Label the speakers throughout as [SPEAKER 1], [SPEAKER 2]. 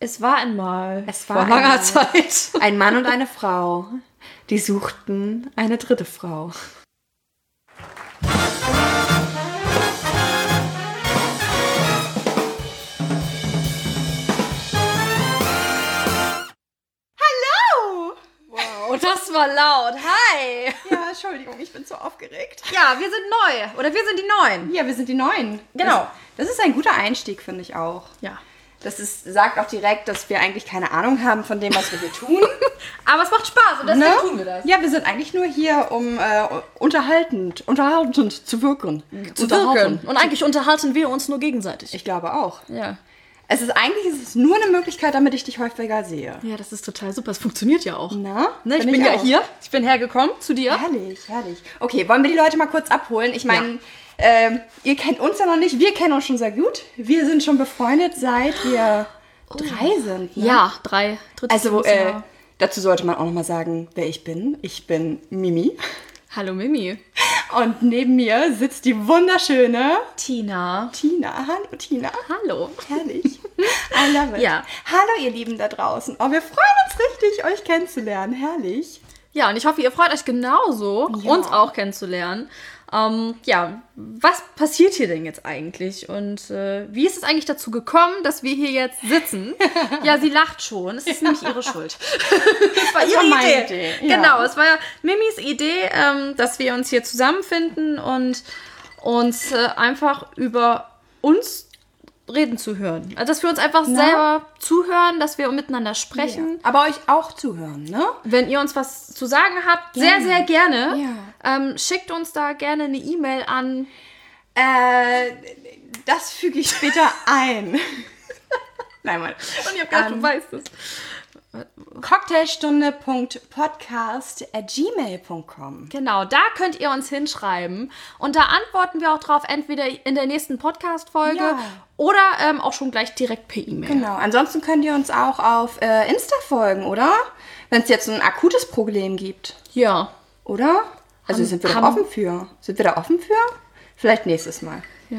[SPEAKER 1] Es war einmal.
[SPEAKER 2] Es war
[SPEAKER 1] vor langer
[SPEAKER 2] einmal.
[SPEAKER 1] Zeit.
[SPEAKER 2] Ein Mann und eine Frau, die suchten eine dritte Frau.
[SPEAKER 3] Hallo!
[SPEAKER 1] Wow, das war laut. Hi.
[SPEAKER 3] Ja, Entschuldigung, ich bin so aufgeregt.
[SPEAKER 1] Ja, wir sind neu. Oder wir sind die Neuen.
[SPEAKER 3] Ja, wir sind die Neuen.
[SPEAKER 1] Genau.
[SPEAKER 3] Das, das ist ein guter Einstieg, finde ich auch.
[SPEAKER 1] Ja.
[SPEAKER 3] Das ist, sagt auch direkt, dass wir eigentlich keine Ahnung haben von dem, was wir hier tun.
[SPEAKER 1] Aber es macht Spaß und deswegen
[SPEAKER 3] ne?
[SPEAKER 1] tun wir das.
[SPEAKER 3] Ja, wir sind eigentlich nur hier, um äh, unterhaltend, unterhaltend zu wirken. Mhm. Unterhalten.
[SPEAKER 1] Und eigentlich unterhalten wir uns nur gegenseitig.
[SPEAKER 3] Ich glaube auch.
[SPEAKER 1] ja.
[SPEAKER 3] Es ist eigentlich ist es nur eine Möglichkeit, damit ich dich häufiger sehe.
[SPEAKER 1] Ja, das ist total super. Es funktioniert ja auch.
[SPEAKER 3] Na?
[SPEAKER 1] Ne, ich bin ja
[SPEAKER 3] auch.
[SPEAKER 1] hier. Ich bin hergekommen zu dir.
[SPEAKER 3] Herrlich, herrlich. Okay, wollen wir die Leute mal kurz abholen? Ich meine, ähm, ihr kennt uns ja noch nicht, wir kennen uns schon sehr gut. Wir sind schon befreundet, seit wir drei sind. Ne?
[SPEAKER 1] Oh. Ja, drei. Drittes
[SPEAKER 3] Also, äh,
[SPEAKER 1] Lebensjahr.
[SPEAKER 3] dazu sollte man auch nochmal sagen, wer ich bin. Ich bin Mimi.
[SPEAKER 1] Hallo Mimi.
[SPEAKER 3] Und neben mir sitzt die wunderschöne
[SPEAKER 1] Tina.
[SPEAKER 3] Tina. Hallo, Tina.
[SPEAKER 1] Hallo.
[SPEAKER 3] Herrlich. I love it.
[SPEAKER 1] Ja.
[SPEAKER 3] Hallo, ihr Lieben da draußen. Oh, wir freuen uns richtig, euch kennenzulernen. Herrlich.
[SPEAKER 1] Ja, und ich hoffe, ihr freut euch genauso,
[SPEAKER 3] Ja.
[SPEAKER 1] uns auch kennenzulernen. Ähm, ja, was passiert hier denn jetzt eigentlich? Und äh, wie ist es eigentlich dazu gekommen, dass wir hier jetzt sitzen? ja, sie lacht schon. Es ist nämlich ihre Schuld. es war
[SPEAKER 3] Es war meine Idee, ja.
[SPEAKER 1] Genau, es war ja Mimis Idee, ähm, dass wir uns hier zusammenfinden und uns äh, einfach über uns reden zu hören. Also, dass wir uns einfach selber zuhören, dass wir miteinander sprechen.
[SPEAKER 3] Ja. Aber euch auch zuhören, ne?
[SPEAKER 1] Wenn ihr uns was zu sagen habt, sehr, sehr gerne.
[SPEAKER 3] Ja.
[SPEAKER 1] Ähm, schickt uns da gerne eine E-Mail an.
[SPEAKER 3] Äh, das füge ich später ein. Nein, Ähm, mal.
[SPEAKER 1] Und ihr habt gedacht, du weißt es.
[SPEAKER 3] Cocktailstunde.podcast at gmail.com.
[SPEAKER 1] Genau, da könnt ihr uns hinschreiben. Und da antworten wir auch drauf, entweder in der nächsten Podcast-Folge
[SPEAKER 3] Ja.
[SPEAKER 1] oder ähm, auch schon gleich direkt per E-Mail.
[SPEAKER 3] Genau. Ansonsten könnt ihr uns auch auf äh, Insta folgen, oder? Wenn es jetzt ein akutes Problem gibt,
[SPEAKER 1] Ja.
[SPEAKER 3] oder? Also
[SPEAKER 1] Haben-
[SPEAKER 3] sind wir da
[SPEAKER 1] haben-
[SPEAKER 3] offen für? Sind wir da offen für? Vielleicht nächstes Mal.
[SPEAKER 1] ja.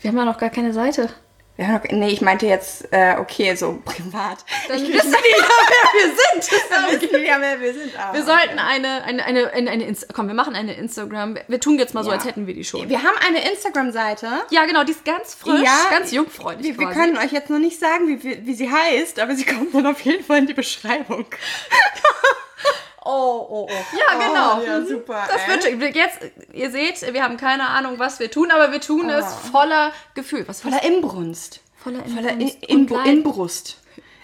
[SPEAKER 1] Wir haben ja noch gar keine Seite.
[SPEAKER 3] Wir haben noch, nee, ich meinte jetzt, äh, okay, so privat.
[SPEAKER 1] Dann
[SPEAKER 3] ich,
[SPEAKER 1] wissen
[SPEAKER 3] wir ja, wer wir sind. Dann wissen wir ja, wer wir sind. aber-
[SPEAKER 1] Wir sollten eine, eine, eine, eine, eine Insta komm, wir machen eine Instagram. Wir tun jetzt mal so,
[SPEAKER 3] Ja.
[SPEAKER 1] als hätten wir die schon.
[SPEAKER 3] Wir haben eine Instagram-Seite.
[SPEAKER 1] ja, genau, die ist ganz frisch,
[SPEAKER 3] Ja,
[SPEAKER 1] ganz jungfräulich
[SPEAKER 3] Wir, wir
[SPEAKER 1] quasi.
[SPEAKER 3] können euch jetzt noch nicht sagen, wie, wie, wie sie heißt, aber sie kommt dann auf jeden Fall in die Beschreibung.
[SPEAKER 1] Oh, oh, oh. Ja, genau.
[SPEAKER 3] Oh, ja,
[SPEAKER 1] Mhm.
[SPEAKER 3] super,
[SPEAKER 1] Das
[SPEAKER 3] ey.
[SPEAKER 1] wird wir- jetzt, ihr seht, wir haben keine Ahnung, was wir tun, aber wir tun es Oh. voller Gefühl. Was
[SPEAKER 3] Voller Inbrunst.
[SPEAKER 1] Voller
[SPEAKER 3] Voller in,
[SPEAKER 1] Inbrunst
[SPEAKER 3] in,
[SPEAKER 1] und Leid.
[SPEAKER 3] Inbrust.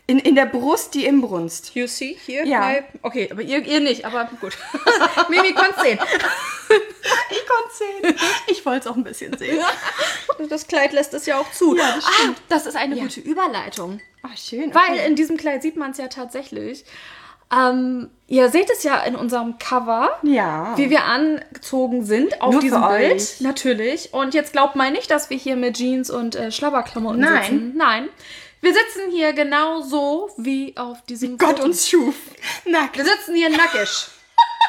[SPEAKER 3] In, in der Brust die Inbrunst.
[SPEAKER 1] You see hier?
[SPEAKER 3] Ja.
[SPEAKER 1] bei- Okay, aber ihr, ihr nicht, aber gut. Mimi konnte sehen.
[SPEAKER 3] Ich konnte sehen. Ich wollte es auch ein bisschen sehen.
[SPEAKER 1] Das Kleid lässt es ja auch zu.
[SPEAKER 3] Ja, das
[SPEAKER 1] ah, das ist eine gute Überleitung.
[SPEAKER 3] Ach, Ah, schön.
[SPEAKER 1] Weil in diesem Kleid sieht man es ja tatsächlich. Ähm, ihr seht es ja in unserem Cover.
[SPEAKER 3] ja.
[SPEAKER 1] wie wir angezogen sind auf
[SPEAKER 3] Oh. Nur für
[SPEAKER 1] diesem Bild.
[SPEAKER 3] euch.
[SPEAKER 1] Natürlich. Und jetzt glaubt mal nicht, dass wir hier mit Jeans und äh, Schlabberklamotten
[SPEAKER 3] Nein.
[SPEAKER 1] sitzen. Nein. Wir sitzen hier genau so wie auf diesem
[SPEAKER 3] Gott
[SPEAKER 1] Foto.
[SPEAKER 3] uns schuf. Nackt.
[SPEAKER 1] Wir sitzen hier nackig.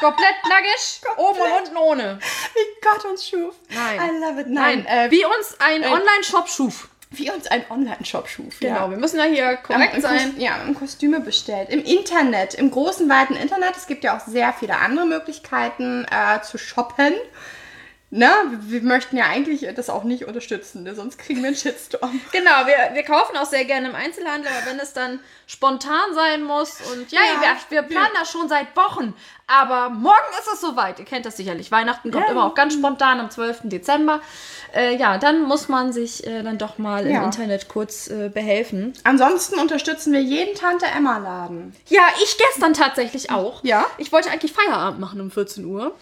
[SPEAKER 1] Komplett nackig, oben und unten ohne.
[SPEAKER 3] Wie Gott uns schuf.
[SPEAKER 1] Nein.
[SPEAKER 3] I love it. Nein. Äh, wie,
[SPEAKER 1] wie uns ein Online-Shop schuf.
[SPEAKER 3] wie uns ein Online-Shop schuf.
[SPEAKER 1] Genau,
[SPEAKER 3] Ja.
[SPEAKER 1] wir müssen ja hier korrekt
[SPEAKER 3] Im Kos-
[SPEAKER 1] sein.
[SPEAKER 3] Ja, im Kostüme bestellt. Im Internet, im großen, weiten Internet. Es gibt ja auch sehr viele andere Möglichkeiten äh, zu shoppen. Ne? Wir wir möchten ja eigentlich das auch nicht unterstützen, ne? sonst kriegen wir einen Shitstorm.
[SPEAKER 1] Genau, wir, wir kaufen auch sehr gerne im Einzelhandel, aber wenn es dann spontan sein muss und ja,
[SPEAKER 3] Ja.
[SPEAKER 1] wir, wir planen das schon seit Wochen, aber morgen ist es soweit. Ihr kennt das sicherlich. Weihnachten kommt
[SPEAKER 3] Ja.
[SPEAKER 1] immer auch ganz spontan am 12. Dezember. Äh, ja, dann muss man sich äh, dann doch mal im
[SPEAKER 3] Ja.
[SPEAKER 1] Internet kurz äh, behelfen.
[SPEAKER 3] Ansonsten unterstützen wir jeden Tante Emma Laden.
[SPEAKER 1] Ja, ich gestern tatsächlich auch.
[SPEAKER 3] Ja?
[SPEAKER 1] Ich wollte eigentlich Feierabend machen um 14 Uhr.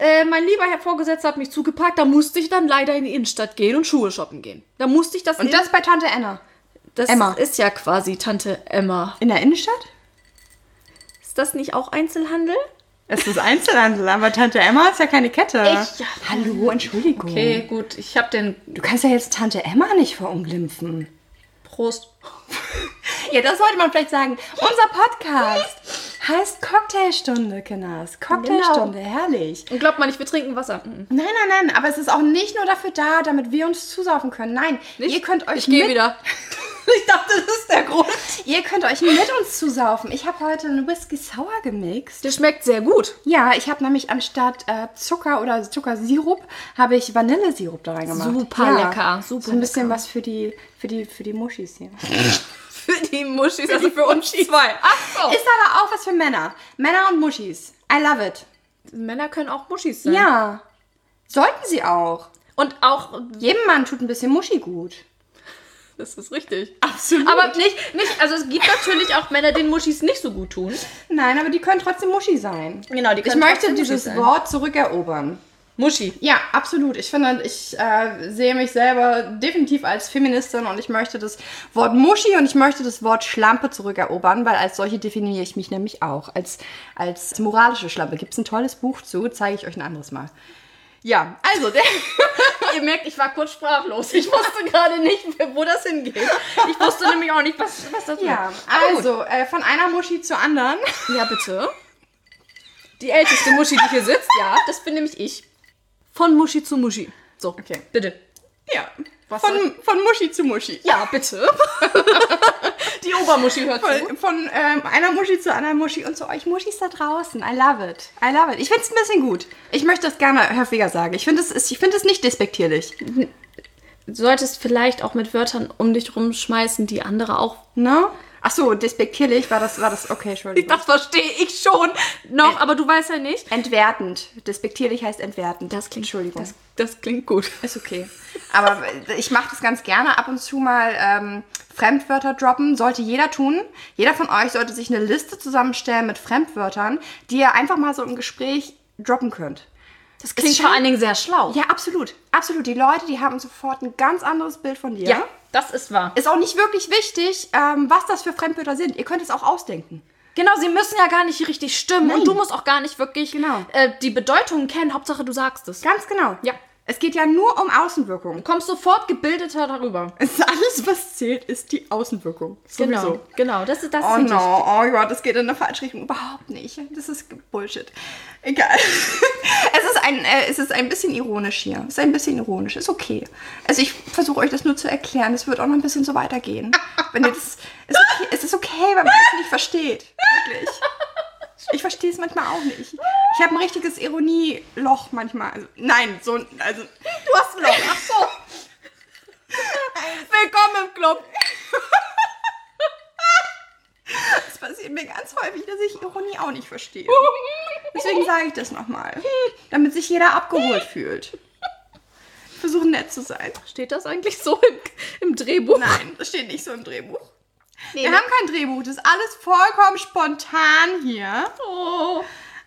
[SPEAKER 1] Äh, mein lieber Herr Vorgesetzter hat mich zugepackt, da musste ich dann leider in die Innenstadt gehen und Schuhe shoppen gehen. Da musste ich das
[SPEAKER 3] Und das bei Tante Anna.
[SPEAKER 1] das
[SPEAKER 3] Emma.
[SPEAKER 1] ist ja quasi Tante Emma
[SPEAKER 3] In der Innenstadt?
[SPEAKER 1] Ist das nicht auch Einzelhandel?
[SPEAKER 3] Es ist Einzelhandel, aber Tante Emma ist ja keine Kette.
[SPEAKER 1] Ich- ja.
[SPEAKER 3] Hallo, Entschuldigung.
[SPEAKER 1] Okay, gut. Ich habe den
[SPEAKER 3] Du kannst ja jetzt Tante Emma nicht verunglimpfen.
[SPEAKER 1] Prost.
[SPEAKER 3] Ja, das sollte man vielleicht sagen. Unser Podcast heißt Cocktailstunde, Kinders. Cocktailstunde,
[SPEAKER 1] Genau.
[SPEAKER 3] herrlich.
[SPEAKER 1] Und glaubt man nicht, wir trinken Wasser. Mhm.
[SPEAKER 3] Nein, nein, nein, aber es ist auch nicht nur dafür da, damit wir uns zusaufen können. Nein,
[SPEAKER 1] Nicht?
[SPEAKER 3] ihr könnt euch
[SPEAKER 1] Ich gehe
[SPEAKER 3] mit-
[SPEAKER 1] wieder.
[SPEAKER 3] ich dachte, das ist der Grund. Ihr könnt euch mit uns zusaufen. Ich habe heute einen Whisky Sour gemixt.
[SPEAKER 1] Der schmeckt sehr gut.
[SPEAKER 3] Ja, ich habe nämlich anstatt äh, Zucker oder Zuckersirup habe ich Vanillesirup da reingemacht.
[SPEAKER 1] Super
[SPEAKER 3] ja.
[SPEAKER 1] lecker, super
[SPEAKER 3] So ein bisschen
[SPEAKER 1] lecker.
[SPEAKER 3] was für die für die für die Muschis hier.
[SPEAKER 1] Für die Muschis, also für uns zwei. Ach so.
[SPEAKER 3] Ist aber auch was für Männer. Männer und Muschis. I love it.
[SPEAKER 1] Männer können auch Muschis sein.
[SPEAKER 3] Ja. Sollten sie auch.
[SPEAKER 1] Und auch,
[SPEAKER 3] Jedem Mann tut ein bisschen Muschi gut.
[SPEAKER 1] das ist richtig.
[SPEAKER 3] Absolut.
[SPEAKER 1] Aber nicht, nicht, also es gibt natürlich auch Männer, denen Muschis nicht so gut tun.
[SPEAKER 3] Nein, aber die können trotzdem Muschi sein.
[SPEAKER 1] Genau, die
[SPEAKER 3] Ich
[SPEAKER 1] können
[SPEAKER 3] möchte
[SPEAKER 1] trotzdem Muschi
[SPEAKER 3] dieses
[SPEAKER 1] sein.
[SPEAKER 3] Wort zurückerobern.
[SPEAKER 1] Muschi.
[SPEAKER 3] Ja, absolut. Ich finde, ich äh, sehe mich selber definitiv als Feministin und ich möchte das Wort Muschi und ich möchte das Wort Schlampe zurückerobern, weil als solche definiere ich mich nämlich auch. Als, als moralische Schlampe. Gibt es ein tolles Buch zu, zeige ich euch ein anderes Mal. Ja, also der.
[SPEAKER 1] Ihr merkt, ich war kurz sprachlos. Ich wusste gerade nicht, wo das hingeht. Ich wusste nämlich auch nicht, was, was das
[SPEAKER 3] Ja,
[SPEAKER 1] ist. Aber gut.
[SPEAKER 3] also äh, von einer Muschi zur anderen.
[SPEAKER 1] Ja, bitte. Die älteste Muschi, die hier sitzt, ja, das bin nämlich ich. Von Muschi zu Muschi. So,
[SPEAKER 3] Okay.
[SPEAKER 1] bitte.
[SPEAKER 3] Ja.
[SPEAKER 1] soll
[SPEAKER 3] Von, von Muschi zu Muschi.
[SPEAKER 1] Ja, bitte. Die Obermuschi hört zu.
[SPEAKER 3] Von, von ähm, einer Muschi zu einer Muschi und zu euch Muschis da draußen. I love it. I love it. Ich finde es ein bisschen gut. Ich möchte das gerne häufiger sagen. Ich finde es ist- ich finde es nicht despektierlich.
[SPEAKER 1] Du solltest vielleicht auch mit Wörtern um dich rumschmeißen, die andere auch.
[SPEAKER 3] Ne? Ach so, despektierlich war das, war das, okay, Entschuldigung.
[SPEAKER 1] Das verstehe ich schon noch, aber du weißt ja nicht.
[SPEAKER 3] Entwertend. Despektierlich heißt entwertend.
[SPEAKER 1] Das klingt,
[SPEAKER 3] Entschuldigung.
[SPEAKER 1] Das, das klingt gut.
[SPEAKER 3] ist okay. Aber ich mache das ganz gerne ab und zu mal ähm, Fremdwörter droppen. Sollte jeder tun. Jeder von euch sollte sich eine Liste zusammenstellen mit Fremdwörtern, die ihr einfach mal so im Gespräch droppen könnt.
[SPEAKER 1] Das klingt
[SPEAKER 3] schon-
[SPEAKER 1] vor allen Dingen sehr schlau.
[SPEAKER 3] Ja, absolut. Absolut. Die Leute, die haben sofort ein ganz anderes Bild von dir.
[SPEAKER 1] das ist wahr.
[SPEAKER 3] Ist auch nicht wirklich wichtig, ähm, was das für Fremdwörter sind. Ihr könnt es auch ausdenken.
[SPEAKER 1] Genau, sie müssen ja gar nicht richtig stimmen
[SPEAKER 3] Nein.
[SPEAKER 1] und du musst auch gar nicht wirklich
[SPEAKER 3] Genau.
[SPEAKER 1] äh, die Bedeutung kennen. Hauptsache, du sagst es.
[SPEAKER 3] Ganz genau.
[SPEAKER 1] Ja.
[SPEAKER 3] Es geht ja nur um Außenwirkung.
[SPEAKER 1] Du kommst sofort gebildeter darüber.
[SPEAKER 3] Alles, was zählt, ist die Außenwirkung.
[SPEAKER 1] Genau, genau. Das ist das
[SPEAKER 3] Oh
[SPEAKER 1] ist wichtig.
[SPEAKER 3] no, oh Gott, das geht in eine falsche Richtung. Überhaupt nicht. Das ist Bullshit. Egal. es, ist ein, äh, es ist ein bisschen ironisch hier. Es ist ein bisschen ironisch. Ist okay. Also ich versuche euch das nur zu erklären. Es wird auch noch ein bisschen so weitergehen. Wenn ihr das. Ist okay, es ist okay, wenn man das nicht versteht. Wirklich. Ich verstehe es manchmal auch nicht. Ich habe ein richtiges Ironieloch manchmal. Also, nein, so. Also, du hast ein Loch. Ach so.
[SPEAKER 1] Willkommen im Club.
[SPEAKER 3] Das passiert mir ganz häufig, dass ich Ironie auch nicht verstehe. Deswegen sage ich das nochmal, damit sich jeder abgeholt fühlt. Ich versuche nett zu sein.
[SPEAKER 1] Steht das eigentlich so im, im Drehbuch?
[SPEAKER 3] Nein, das steht nicht so im Drehbuch.
[SPEAKER 1] Nee,
[SPEAKER 3] Wir
[SPEAKER 1] ne?
[SPEAKER 3] haben kein Drehbuch, das ist alles vollkommen spontan hier.
[SPEAKER 1] Oh,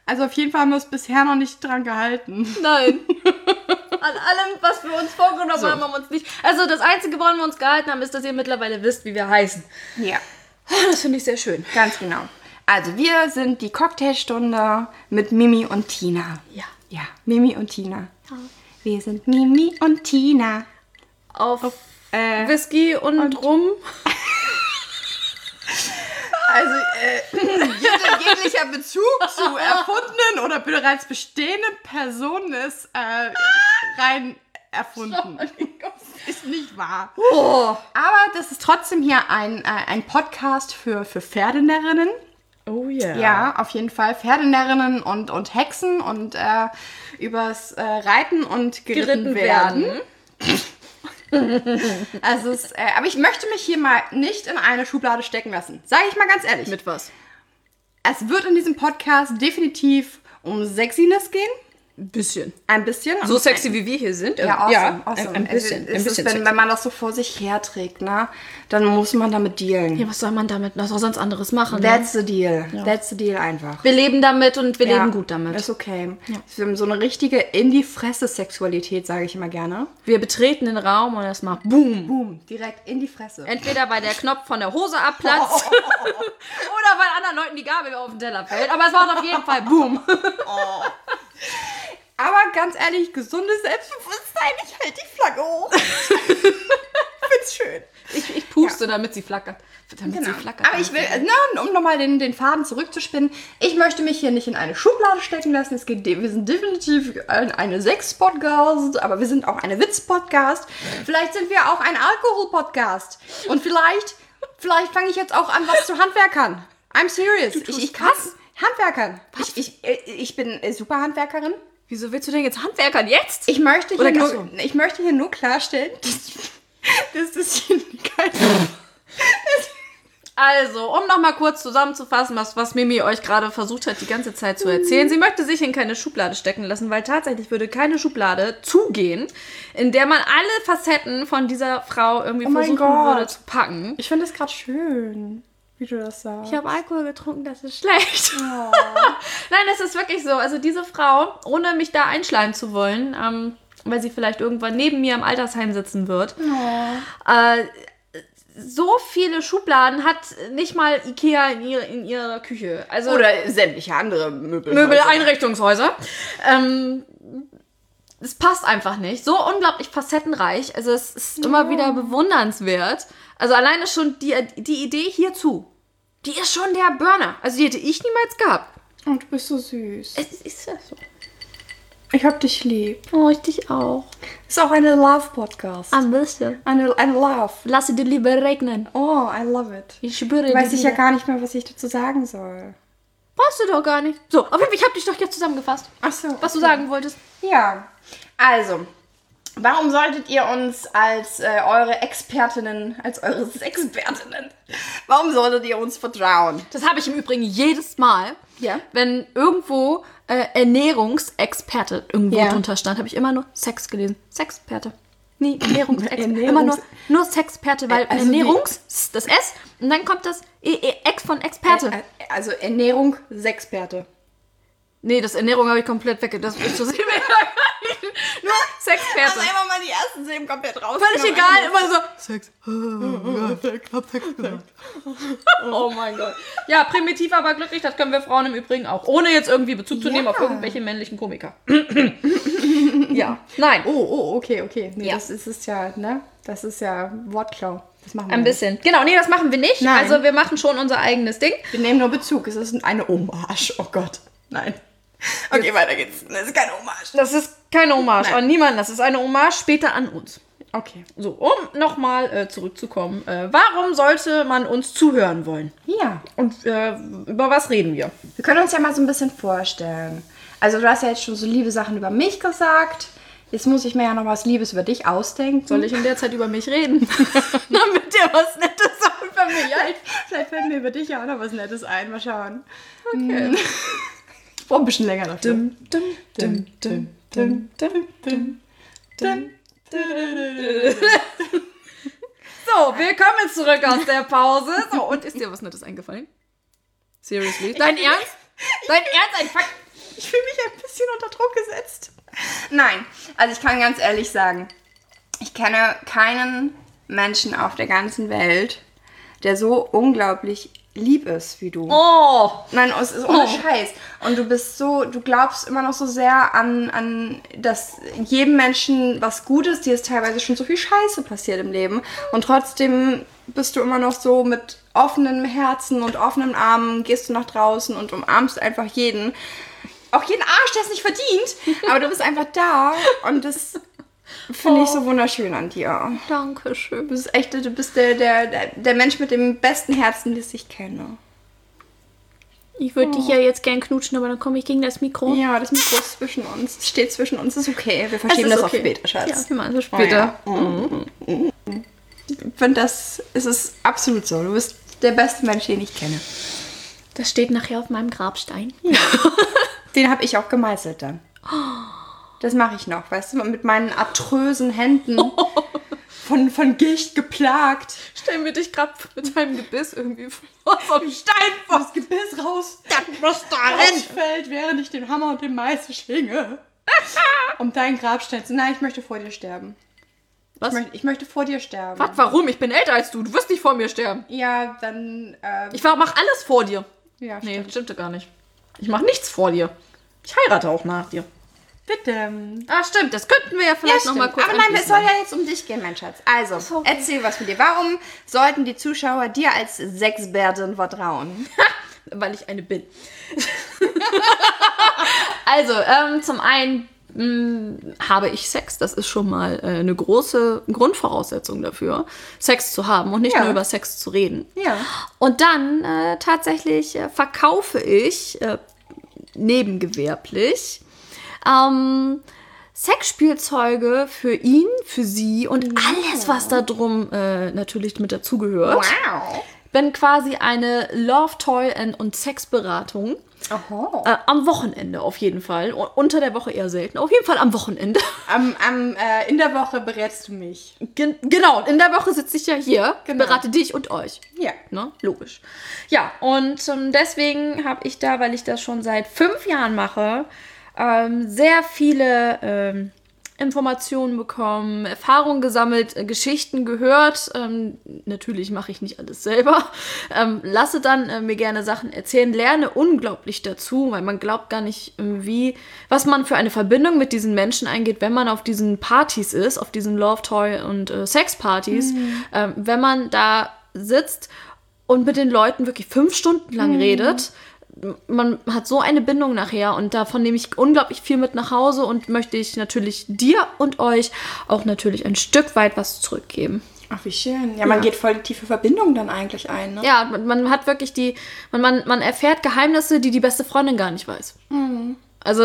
[SPEAKER 3] Also auf jeden Fall haben wir es bisher noch nicht dran gehalten.
[SPEAKER 1] nein. An allem, was wir uns vorgenommen haben, haben wir uns nicht. Also das Einzige, woran wir uns gehalten haben, ist, dass ihr mittlerweile wisst, wie wir heißen. Oh,
[SPEAKER 3] Ja,
[SPEAKER 1] Das finde ich sehr schön.
[SPEAKER 3] ganz genau. Also wir sind die Cocktailstunde mit Mimi und Tina.
[SPEAKER 1] Ja.
[SPEAKER 3] Ja, Mimi und Tina. Wir sind Mimi und Tina.
[SPEAKER 1] Auf,
[SPEAKER 3] Äh,
[SPEAKER 1] Whisky und, rum.
[SPEAKER 3] Also äh, jede- jeglicher Bezug zu erfundenen oder bereits bestehenden Personen ist äh, rein erfunden. Ist nicht wahr.
[SPEAKER 1] Oh.
[SPEAKER 3] Aber das ist trotzdem hier ein, äh, ein Podcast für, für Pferdenerinnen.
[SPEAKER 1] Oh yeah.
[SPEAKER 3] Ja, auf jeden Fall. Pferdenerinnen und, und Hexen und äh, übers äh, Reiten und geritten,
[SPEAKER 1] Geritten
[SPEAKER 3] werden.
[SPEAKER 1] werden.
[SPEAKER 3] Also es, äh, aber ich möchte mich hier mal nicht in eine Schublade stecken lassen. Sage ich mal ganz ehrlich.
[SPEAKER 1] Mit was?
[SPEAKER 3] Es wird in diesem Podcast definitiv um Sexiness gehen.
[SPEAKER 1] Ein bisschen.
[SPEAKER 3] Ein bisschen.
[SPEAKER 1] So sexy wie wir hier sind. ähm,
[SPEAKER 3] ja, awesome,
[SPEAKER 1] ja Also
[SPEAKER 3] awesome. Also,
[SPEAKER 1] Ein, ein bisschen.
[SPEAKER 3] Es
[SPEAKER 1] Ein
[SPEAKER 3] ist,
[SPEAKER 1] bisschen
[SPEAKER 3] wenn, wenn man das so vor sich herträgt, ne, dann muss man damit dealen.
[SPEAKER 1] ja, was soll man damit noch sonst anderes machen? ne?
[SPEAKER 3] That's the deal. That's the deal einfach.
[SPEAKER 1] Wir leben damit und wir
[SPEAKER 3] Ja,
[SPEAKER 1] leben gut damit.
[SPEAKER 3] Ist okay. Wir haben so eine richtige in die Fresse Sexualität, sage ich immer gerne.
[SPEAKER 1] Wir betreten den Raum und erstmal boom.
[SPEAKER 3] Boom, direkt in die Fresse.
[SPEAKER 1] Entweder weil der Knopf von der Hose abplatzt
[SPEAKER 3] Oh,
[SPEAKER 1] oder weil anderen Leuten die Gabel auf den Teller fällt. Aber es macht auf jeden Fall boom.
[SPEAKER 3] Aber ganz ehrlich, gesundes Selbstbewusstsein, ich halte die Flagge hoch. Find's schön.
[SPEAKER 1] Ich, ich puste, damit sie flackert. Damit
[SPEAKER 3] Genau.
[SPEAKER 1] sie flackert.
[SPEAKER 3] Aber ich will, na, um nochmal den, den Faden zurückzuspinnen, ich möchte mich hier nicht in eine Schublade stecken lassen. Es geht, de- wir sind definitiv ein, eine Sex-Podcast, aber wir sind auch eine Witz-Podcast. Vielleicht sind wir auch ein Alkohol-Podcast. Und vielleicht, Vielleicht fange ich jetzt auch an, was zu Handwerkern. I'm serious. Ich, ich kann Handwerkern. Ich, ich, äh, ich bin äh, super Handwerkerin.
[SPEAKER 1] Wieso willst du denn jetzt Handwerkern jetzt?
[SPEAKER 3] Ich möchte hier,
[SPEAKER 1] Oder
[SPEAKER 3] nur,
[SPEAKER 1] Gasso.
[SPEAKER 3] ich möchte hier nur klarstellen, dass, dass das hier kein...
[SPEAKER 1] Also, um nochmal kurz zusammenzufassen, was, was Mimi euch gerade versucht hat, die ganze Zeit zu erzählen. Sie möchte sich in keine Schublade stecken lassen, weil tatsächlich würde keine Schublade zugehen, in der man alle Facetten von dieser Frau irgendwie
[SPEAKER 3] Oh mein
[SPEAKER 1] versuchen würde
[SPEAKER 3] Gott.
[SPEAKER 1] zu packen.
[SPEAKER 3] Ich finde das gerade schön, wie du das sagst.
[SPEAKER 1] Ich habe Alkohol getrunken, das ist schlecht. Nein, das ist wirklich so. Also diese Frau, ohne mich da einschleimen zu wollen, ähm, weil sie vielleicht irgendwann neben mir im Altersheim sitzen wird. Äh, so viele Schubladen hat nicht mal Ikea in, ihre, in ihrer Küche. Also
[SPEAKER 3] Oder sämtliche andere Möbel.
[SPEAKER 1] Möbeleinrichtungshäuser. Ähm, es passt einfach nicht. So unglaublich facettenreich. Also es ist immer wieder bewundernswert. Also alleine schon die, die Idee hierzu. Die ist schon der Burner. Also die hätte ich niemals gehabt.
[SPEAKER 3] Und du bist so süß.
[SPEAKER 1] Es ist ja so.
[SPEAKER 3] Ich hab dich lieb.
[SPEAKER 1] Oh, ich dich auch.
[SPEAKER 3] Ist auch eine Love-Podcast.
[SPEAKER 1] Ein bisschen.
[SPEAKER 3] Eine, eine Love.
[SPEAKER 1] Lasse die Liebe regnen.
[SPEAKER 3] Oh, I love it.
[SPEAKER 1] Ich spüre
[SPEAKER 3] Weiß
[SPEAKER 1] die
[SPEAKER 3] ich ja
[SPEAKER 1] Liebe.
[SPEAKER 3] gar nicht mehr, was ich dazu sagen soll.
[SPEAKER 1] Brauchst du doch gar nicht. So, auf jeden Fall, ich habe dich doch jetzt zusammengefasst.
[SPEAKER 3] Ach so.
[SPEAKER 1] Was du sagen wolltest.
[SPEAKER 3] Ja. Also, warum solltet ihr uns als äh, eure Expertinnen, als eure Expertinnen, warum solltet ihr uns vertrauen?
[SPEAKER 1] Das habe ich im Übrigen jedes Mal,
[SPEAKER 3] Ja.
[SPEAKER 1] wenn irgendwo äh, Ernährungsexperte irgendwo
[SPEAKER 3] Ja.
[SPEAKER 1] drunter stand, habe ich immer nur Sex gelesen. Sexperte. Nee, Ernährungsexperte.
[SPEAKER 3] Ernährungs-
[SPEAKER 1] immer nur, nur Sexperte, weil
[SPEAKER 3] Äh, also
[SPEAKER 1] Ernährungs, das S, und dann kommt das e -E Ex von Experte.
[SPEAKER 3] Äh, Also Ernährung, Sexperte.
[SPEAKER 1] nee, das Ernährung habe ich komplett weg. Das ist so Nur Sexperte.
[SPEAKER 3] Also, einfach mal die ersten Silben komplett raus. Genau.
[SPEAKER 1] Völlig egal, immer so. Sex. Oh mein Gott. Ja, primitiv, aber glücklich, das können wir Frauen im Übrigen auch. Ohne jetzt irgendwie Bezug zu nehmen auf irgendwelche männlichen Komiker. ja, nein.
[SPEAKER 3] Oh, oh, okay, okay. Nee,
[SPEAKER 1] Ja.
[SPEAKER 3] das ist es ja, ne? Das ist ja Wortklau. Das machen wir
[SPEAKER 1] Ein
[SPEAKER 3] nicht.
[SPEAKER 1] bisschen. Genau, nee, das machen wir nicht.
[SPEAKER 3] Nein.
[SPEAKER 1] Also wir machen schon unser eigenes Ding.
[SPEAKER 3] Wir nehmen nur Bezug. Es ist eine Hommage. Oh Gott. Nein. Okay, weiter geht's. Das ist keine Hommage.
[SPEAKER 1] Das ist keine Hommage
[SPEAKER 3] Nein.
[SPEAKER 1] an niemanden, das ist eine Hommage später an uns.
[SPEAKER 3] Okay.
[SPEAKER 1] So, um nochmal äh, zurückzukommen. Äh, warum sollte man uns zuhören wollen?
[SPEAKER 3] Ja.
[SPEAKER 1] Und äh, über was reden wir?
[SPEAKER 3] Wir können uns ja mal so ein bisschen vorstellen. Also du hast ja jetzt schon so liebe Sachen über mich gesagt. Jetzt muss ich mir ja noch was Liebes über dich ausdenken.
[SPEAKER 1] Soll ich in der Zeit über mich reden? Damit dir was Nettes über mich ein.
[SPEAKER 3] Vielleicht fällt mir über dich ja auch noch was Nettes ein. Mal schauen. Okay. Ich brauche ein bisschen länger dafür.
[SPEAKER 1] So, willkommen zurück aus der Pause. So, und ist dir was Nettes eingefallen? Seriously? Dein Ernst? Dein Ernst, ein Fakt.
[SPEAKER 3] Ich fühle mich ein bisschen unter Druck gesetzt. Nein, also ich kann ganz ehrlich sagen, ich kenne keinen Menschen auf der ganzen Welt, der so unglaublich lieb ist wie du.
[SPEAKER 1] Oh!
[SPEAKER 3] Nein, es ist ohne
[SPEAKER 1] Oh.
[SPEAKER 3] Scheiß. Und du bist so, du glaubst immer noch so sehr an, an, dass jedem Menschen was Gutes, dir ist teilweise schon so viel Scheiße passiert im Leben. Und trotzdem bist du immer noch so mit offenem Herzen und offenen Armen, gehst du nach draußen und umarmst einfach jeden. Auch jeden Arsch, der es nicht verdient. Aber du bist einfach da und das finde ich so wunderschön an dir.
[SPEAKER 1] Oh. Dankeschön.
[SPEAKER 3] Du bist echt, du bist der, der, der- der Mensch mit dem besten Herzen, das ich kenne.
[SPEAKER 4] Ich würde dich ja jetzt gern knutschen, aber dann komme ich gegen das Mikro.
[SPEAKER 3] Ja, das Mikro ist zwischen uns. Steht zwischen uns, ist okay. Wir verschieben
[SPEAKER 1] ist
[SPEAKER 3] das
[SPEAKER 1] okay.
[SPEAKER 3] auf später, Schatz. Oh,
[SPEAKER 1] wir machen das später. Mhm.
[SPEAKER 3] Ich finde, das es ist absolut so. Du bist der beste Mensch, den ich kenne.
[SPEAKER 4] Das steht nachher auf meinem Grabstein.
[SPEAKER 3] Den habe ich auch gemeißelt dann. Das mache ich noch, weißt du, mit meinen atrösen Händen. Von, von Gicht geplagt.
[SPEAKER 1] Stell mir dich gerade mit deinem Gebiss irgendwie vor, so einem Stein vor.
[SPEAKER 3] Das Gebiss raus,
[SPEAKER 1] Das muss da
[SPEAKER 3] rausfällt, während ich den Hammer und den Meißel schwinge. Um deinen Grabstein zu. Nein, ich möchte vor dir sterben.
[SPEAKER 1] Was?
[SPEAKER 3] Ich möchte, ich möchte vor dir sterben.
[SPEAKER 1] Was, warum? Ich bin älter als du. Du wirst nicht vor mir sterben.
[SPEAKER 3] Ja, dann. Äh,
[SPEAKER 1] Ich war, mach alles vor dir.
[SPEAKER 3] ja,
[SPEAKER 1] Nee,
[SPEAKER 3] stimmt.
[SPEAKER 1] das stimmte gar nicht. Ich mach nichts vor dir. Ich heirate auch nach dir.
[SPEAKER 3] Bitte.
[SPEAKER 1] Ah, stimmt. Das könnten wir ja vielleicht noch
[SPEAKER 3] stimmt.
[SPEAKER 1] mal kurz
[SPEAKER 3] Aber nein, es
[SPEAKER 1] anschließen.
[SPEAKER 3] soll ja jetzt um dich gehen, mein Schatz. Also, erzähl was von dir. Warum sollten die Zuschauer dir als Sexbärdin vertrauen?
[SPEAKER 1] weil ich eine bin. also, ähm, zum einen habe ich Sex. Das ist schon mal äh, eine große Grundvoraussetzung dafür, Sex zu haben und nicht
[SPEAKER 3] Ja.
[SPEAKER 1] nur über Sex zu reden.
[SPEAKER 3] Ja.
[SPEAKER 1] Und dann äh, tatsächlich äh, verkaufe ich äh, nebengewerblich ähm, Sexspielzeuge für ihn, für sie und alles, was da drum äh, natürlich mit dazugehört.
[SPEAKER 3] Wow.
[SPEAKER 1] Bin quasi eine Love, Toy and, und Sexberatung.
[SPEAKER 3] Oho.
[SPEAKER 1] Äh, am Wochenende auf jeden Fall. U- Unter der Woche eher selten. Auf jeden Fall am Wochenende.
[SPEAKER 3] Am, am, äh, in der Woche berätst du mich.
[SPEAKER 1] Gen genau, in der Woche sitze ich ja hier,
[SPEAKER 3] Genau.
[SPEAKER 1] berate dich und euch.
[SPEAKER 3] Ja.
[SPEAKER 1] Ne? Logisch. Ja, und ähm, deswegen habe ich da, weil ich das schon seit fünf Jahren mache, ähm, sehr viele ähm, Informationen bekommen, Erfahrungen gesammelt, äh, Geschichten gehört. Ähm, natürlich mache ich nicht alles selber. Ähm, lasse dann äh, mir gerne Sachen erzählen, lerne unglaublich dazu, weil man glaubt gar nicht, ähm, wie, was man für eine Verbindung mit diesen Menschen eingeht, wenn man auf diesen Partys ist, auf diesen Love, Toy und äh, Sex-Partys, ähm, wenn man da sitzt und mit den Leuten wirklich fünf Stunden lang redet. Man hat so eine Bindung nachher und davon nehme ich unglaublich viel mit nach Hause und möchte ich natürlich dir und euch auch natürlich ein Stück weit was zurückgeben.
[SPEAKER 3] Ach, wie schön. Ja, man geht voll die tiefe Verbindung dann eigentlich ein, ne?
[SPEAKER 1] Ja, man, man hat wirklich die, man, man, man erfährt Geheimnisse, die die beste Freundin gar nicht weiß.
[SPEAKER 3] Mhm.
[SPEAKER 1] Also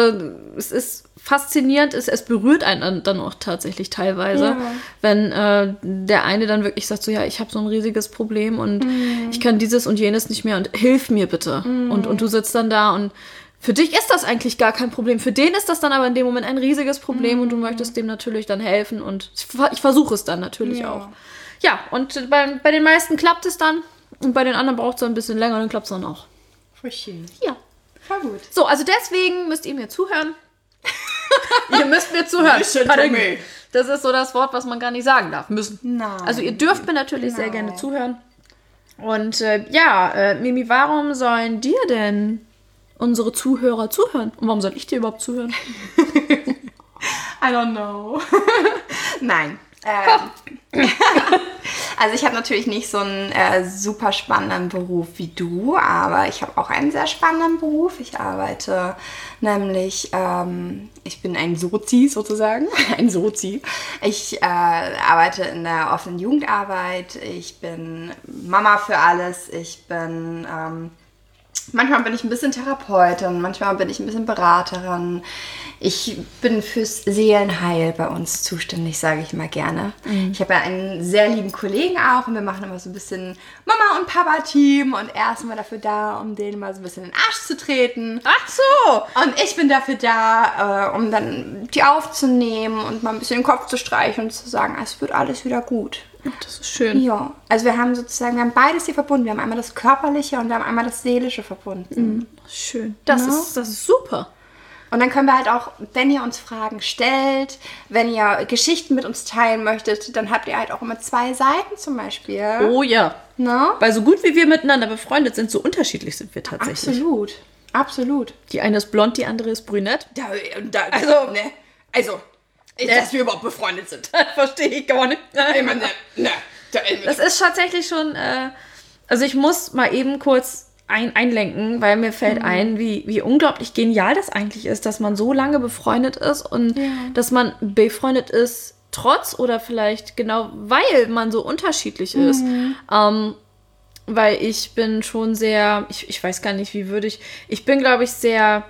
[SPEAKER 1] es ist faszinierend, es, es berührt einen dann- dann auch tatsächlich teilweise, wenn äh, der eine dann wirklich sagt so, ja, ich habe so ein riesiges Problem und
[SPEAKER 3] Mhm.
[SPEAKER 1] ich kann dieses und jenes nicht mehr und hilf mir bitte. Und, und du sitzt dann da und für dich ist das eigentlich gar kein Problem. Für den ist das dann aber in dem Moment ein riesiges Problem
[SPEAKER 3] Mhm.
[SPEAKER 1] und du möchtest dem natürlich dann helfen und ich, ver- ich versuche es dann natürlich
[SPEAKER 3] Ja.
[SPEAKER 1] auch. Ja, und bei, bei den meisten klappt es dann und bei den anderen braucht es dann ein bisschen länger, dann klappt es dann auch.
[SPEAKER 3] Voll schön.
[SPEAKER 1] Ja.
[SPEAKER 3] Voll gut.
[SPEAKER 1] So, also deswegen müsst ihr mir zuhören. ihr müsst mir zuhören.
[SPEAKER 3] Listen to
[SPEAKER 1] Pardon.
[SPEAKER 3] me.
[SPEAKER 1] Das ist so das Wort, was man gar nicht sagen darf. Müssen.
[SPEAKER 3] Nein.
[SPEAKER 1] Also ihr dürft mir natürlich sehr gerne zuhören. Und äh, ja, äh, Mimi, warum sollen dir denn unsere Zuhörer zuhören? Und warum soll ich dir überhaupt zuhören?
[SPEAKER 3] I don't know. Nein. Ähm, also ich habe natürlich nicht so einen äh, super spannenden Beruf wie du, aber ich habe auch einen sehr spannenden Beruf. Ich arbeite nämlich, ähm, ich bin ein Sozi sozusagen, ein Sozi. Ich äh, arbeite in der offenen Jugendarbeit, ich bin Mama für alles, ich bin... Ähm, Manchmal bin ich ein bisschen Therapeutin, manchmal bin ich ein bisschen Beraterin. Ich bin fürs Seelenheil bei uns zuständig, sage ich mal gerne. Ich habe ja einen sehr lieben Kollegen auch und wir machen immer so ein bisschen Mama und Papa Team und er ist immer dafür da, um denen mal so ein bisschen in den Arsch zu treten. Oh,
[SPEAKER 1] Ach so!
[SPEAKER 3] Und ich bin dafür da, äh, um dann die aufzunehmen und mal ein bisschen den Kopf zu streichen und zu sagen, es wird alles wieder gut.
[SPEAKER 1] Das ist schön.
[SPEAKER 3] Ja, also wir haben sozusagen, wir haben beides hier verbunden. Wir haben einmal das Körperliche und wir haben einmal das Seelische verbunden.
[SPEAKER 1] Schön. Das, ist, das ist super.
[SPEAKER 3] Und dann können wir halt auch, wenn ihr uns Fragen stellt, wenn ihr Geschichten mit uns teilen möchtet, dann habt ihr halt auch immer zwei Seiten zum Beispiel.
[SPEAKER 1] Oh ja.
[SPEAKER 3] Ne?
[SPEAKER 1] Weil so gut wie wir miteinander befreundet sind, so unterschiedlich sind wir tatsächlich.
[SPEAKER 3] Absolut. Absolut.
[SPEAKER 1] Die eine ist blond, die andere ist brünett.
[SPEAKER 3] Da, da, also, ne? Also, dass wir überhaupt befreundet sind.
[SPEAKER 1] Verstehe ich gar nicht.
[SPEAKER 3] ne, ne, da,
[SPEAKER 1] Das ist tatsächlich schon. Äh, also ich muss mal eben kurz ein, einlenken, weil mir fällt ein, wie, wie unglaublich genial das eigentlich ist, dass man so lange befreundet ist und dass man befreundet ist, trotz oder vielleicht genau, weil man so unterschiedlich ist. Ähm, weil ich bin schon sehr, ich, ich weiß gar nicht, wie würde ich, ich bin, glaube ich, sehr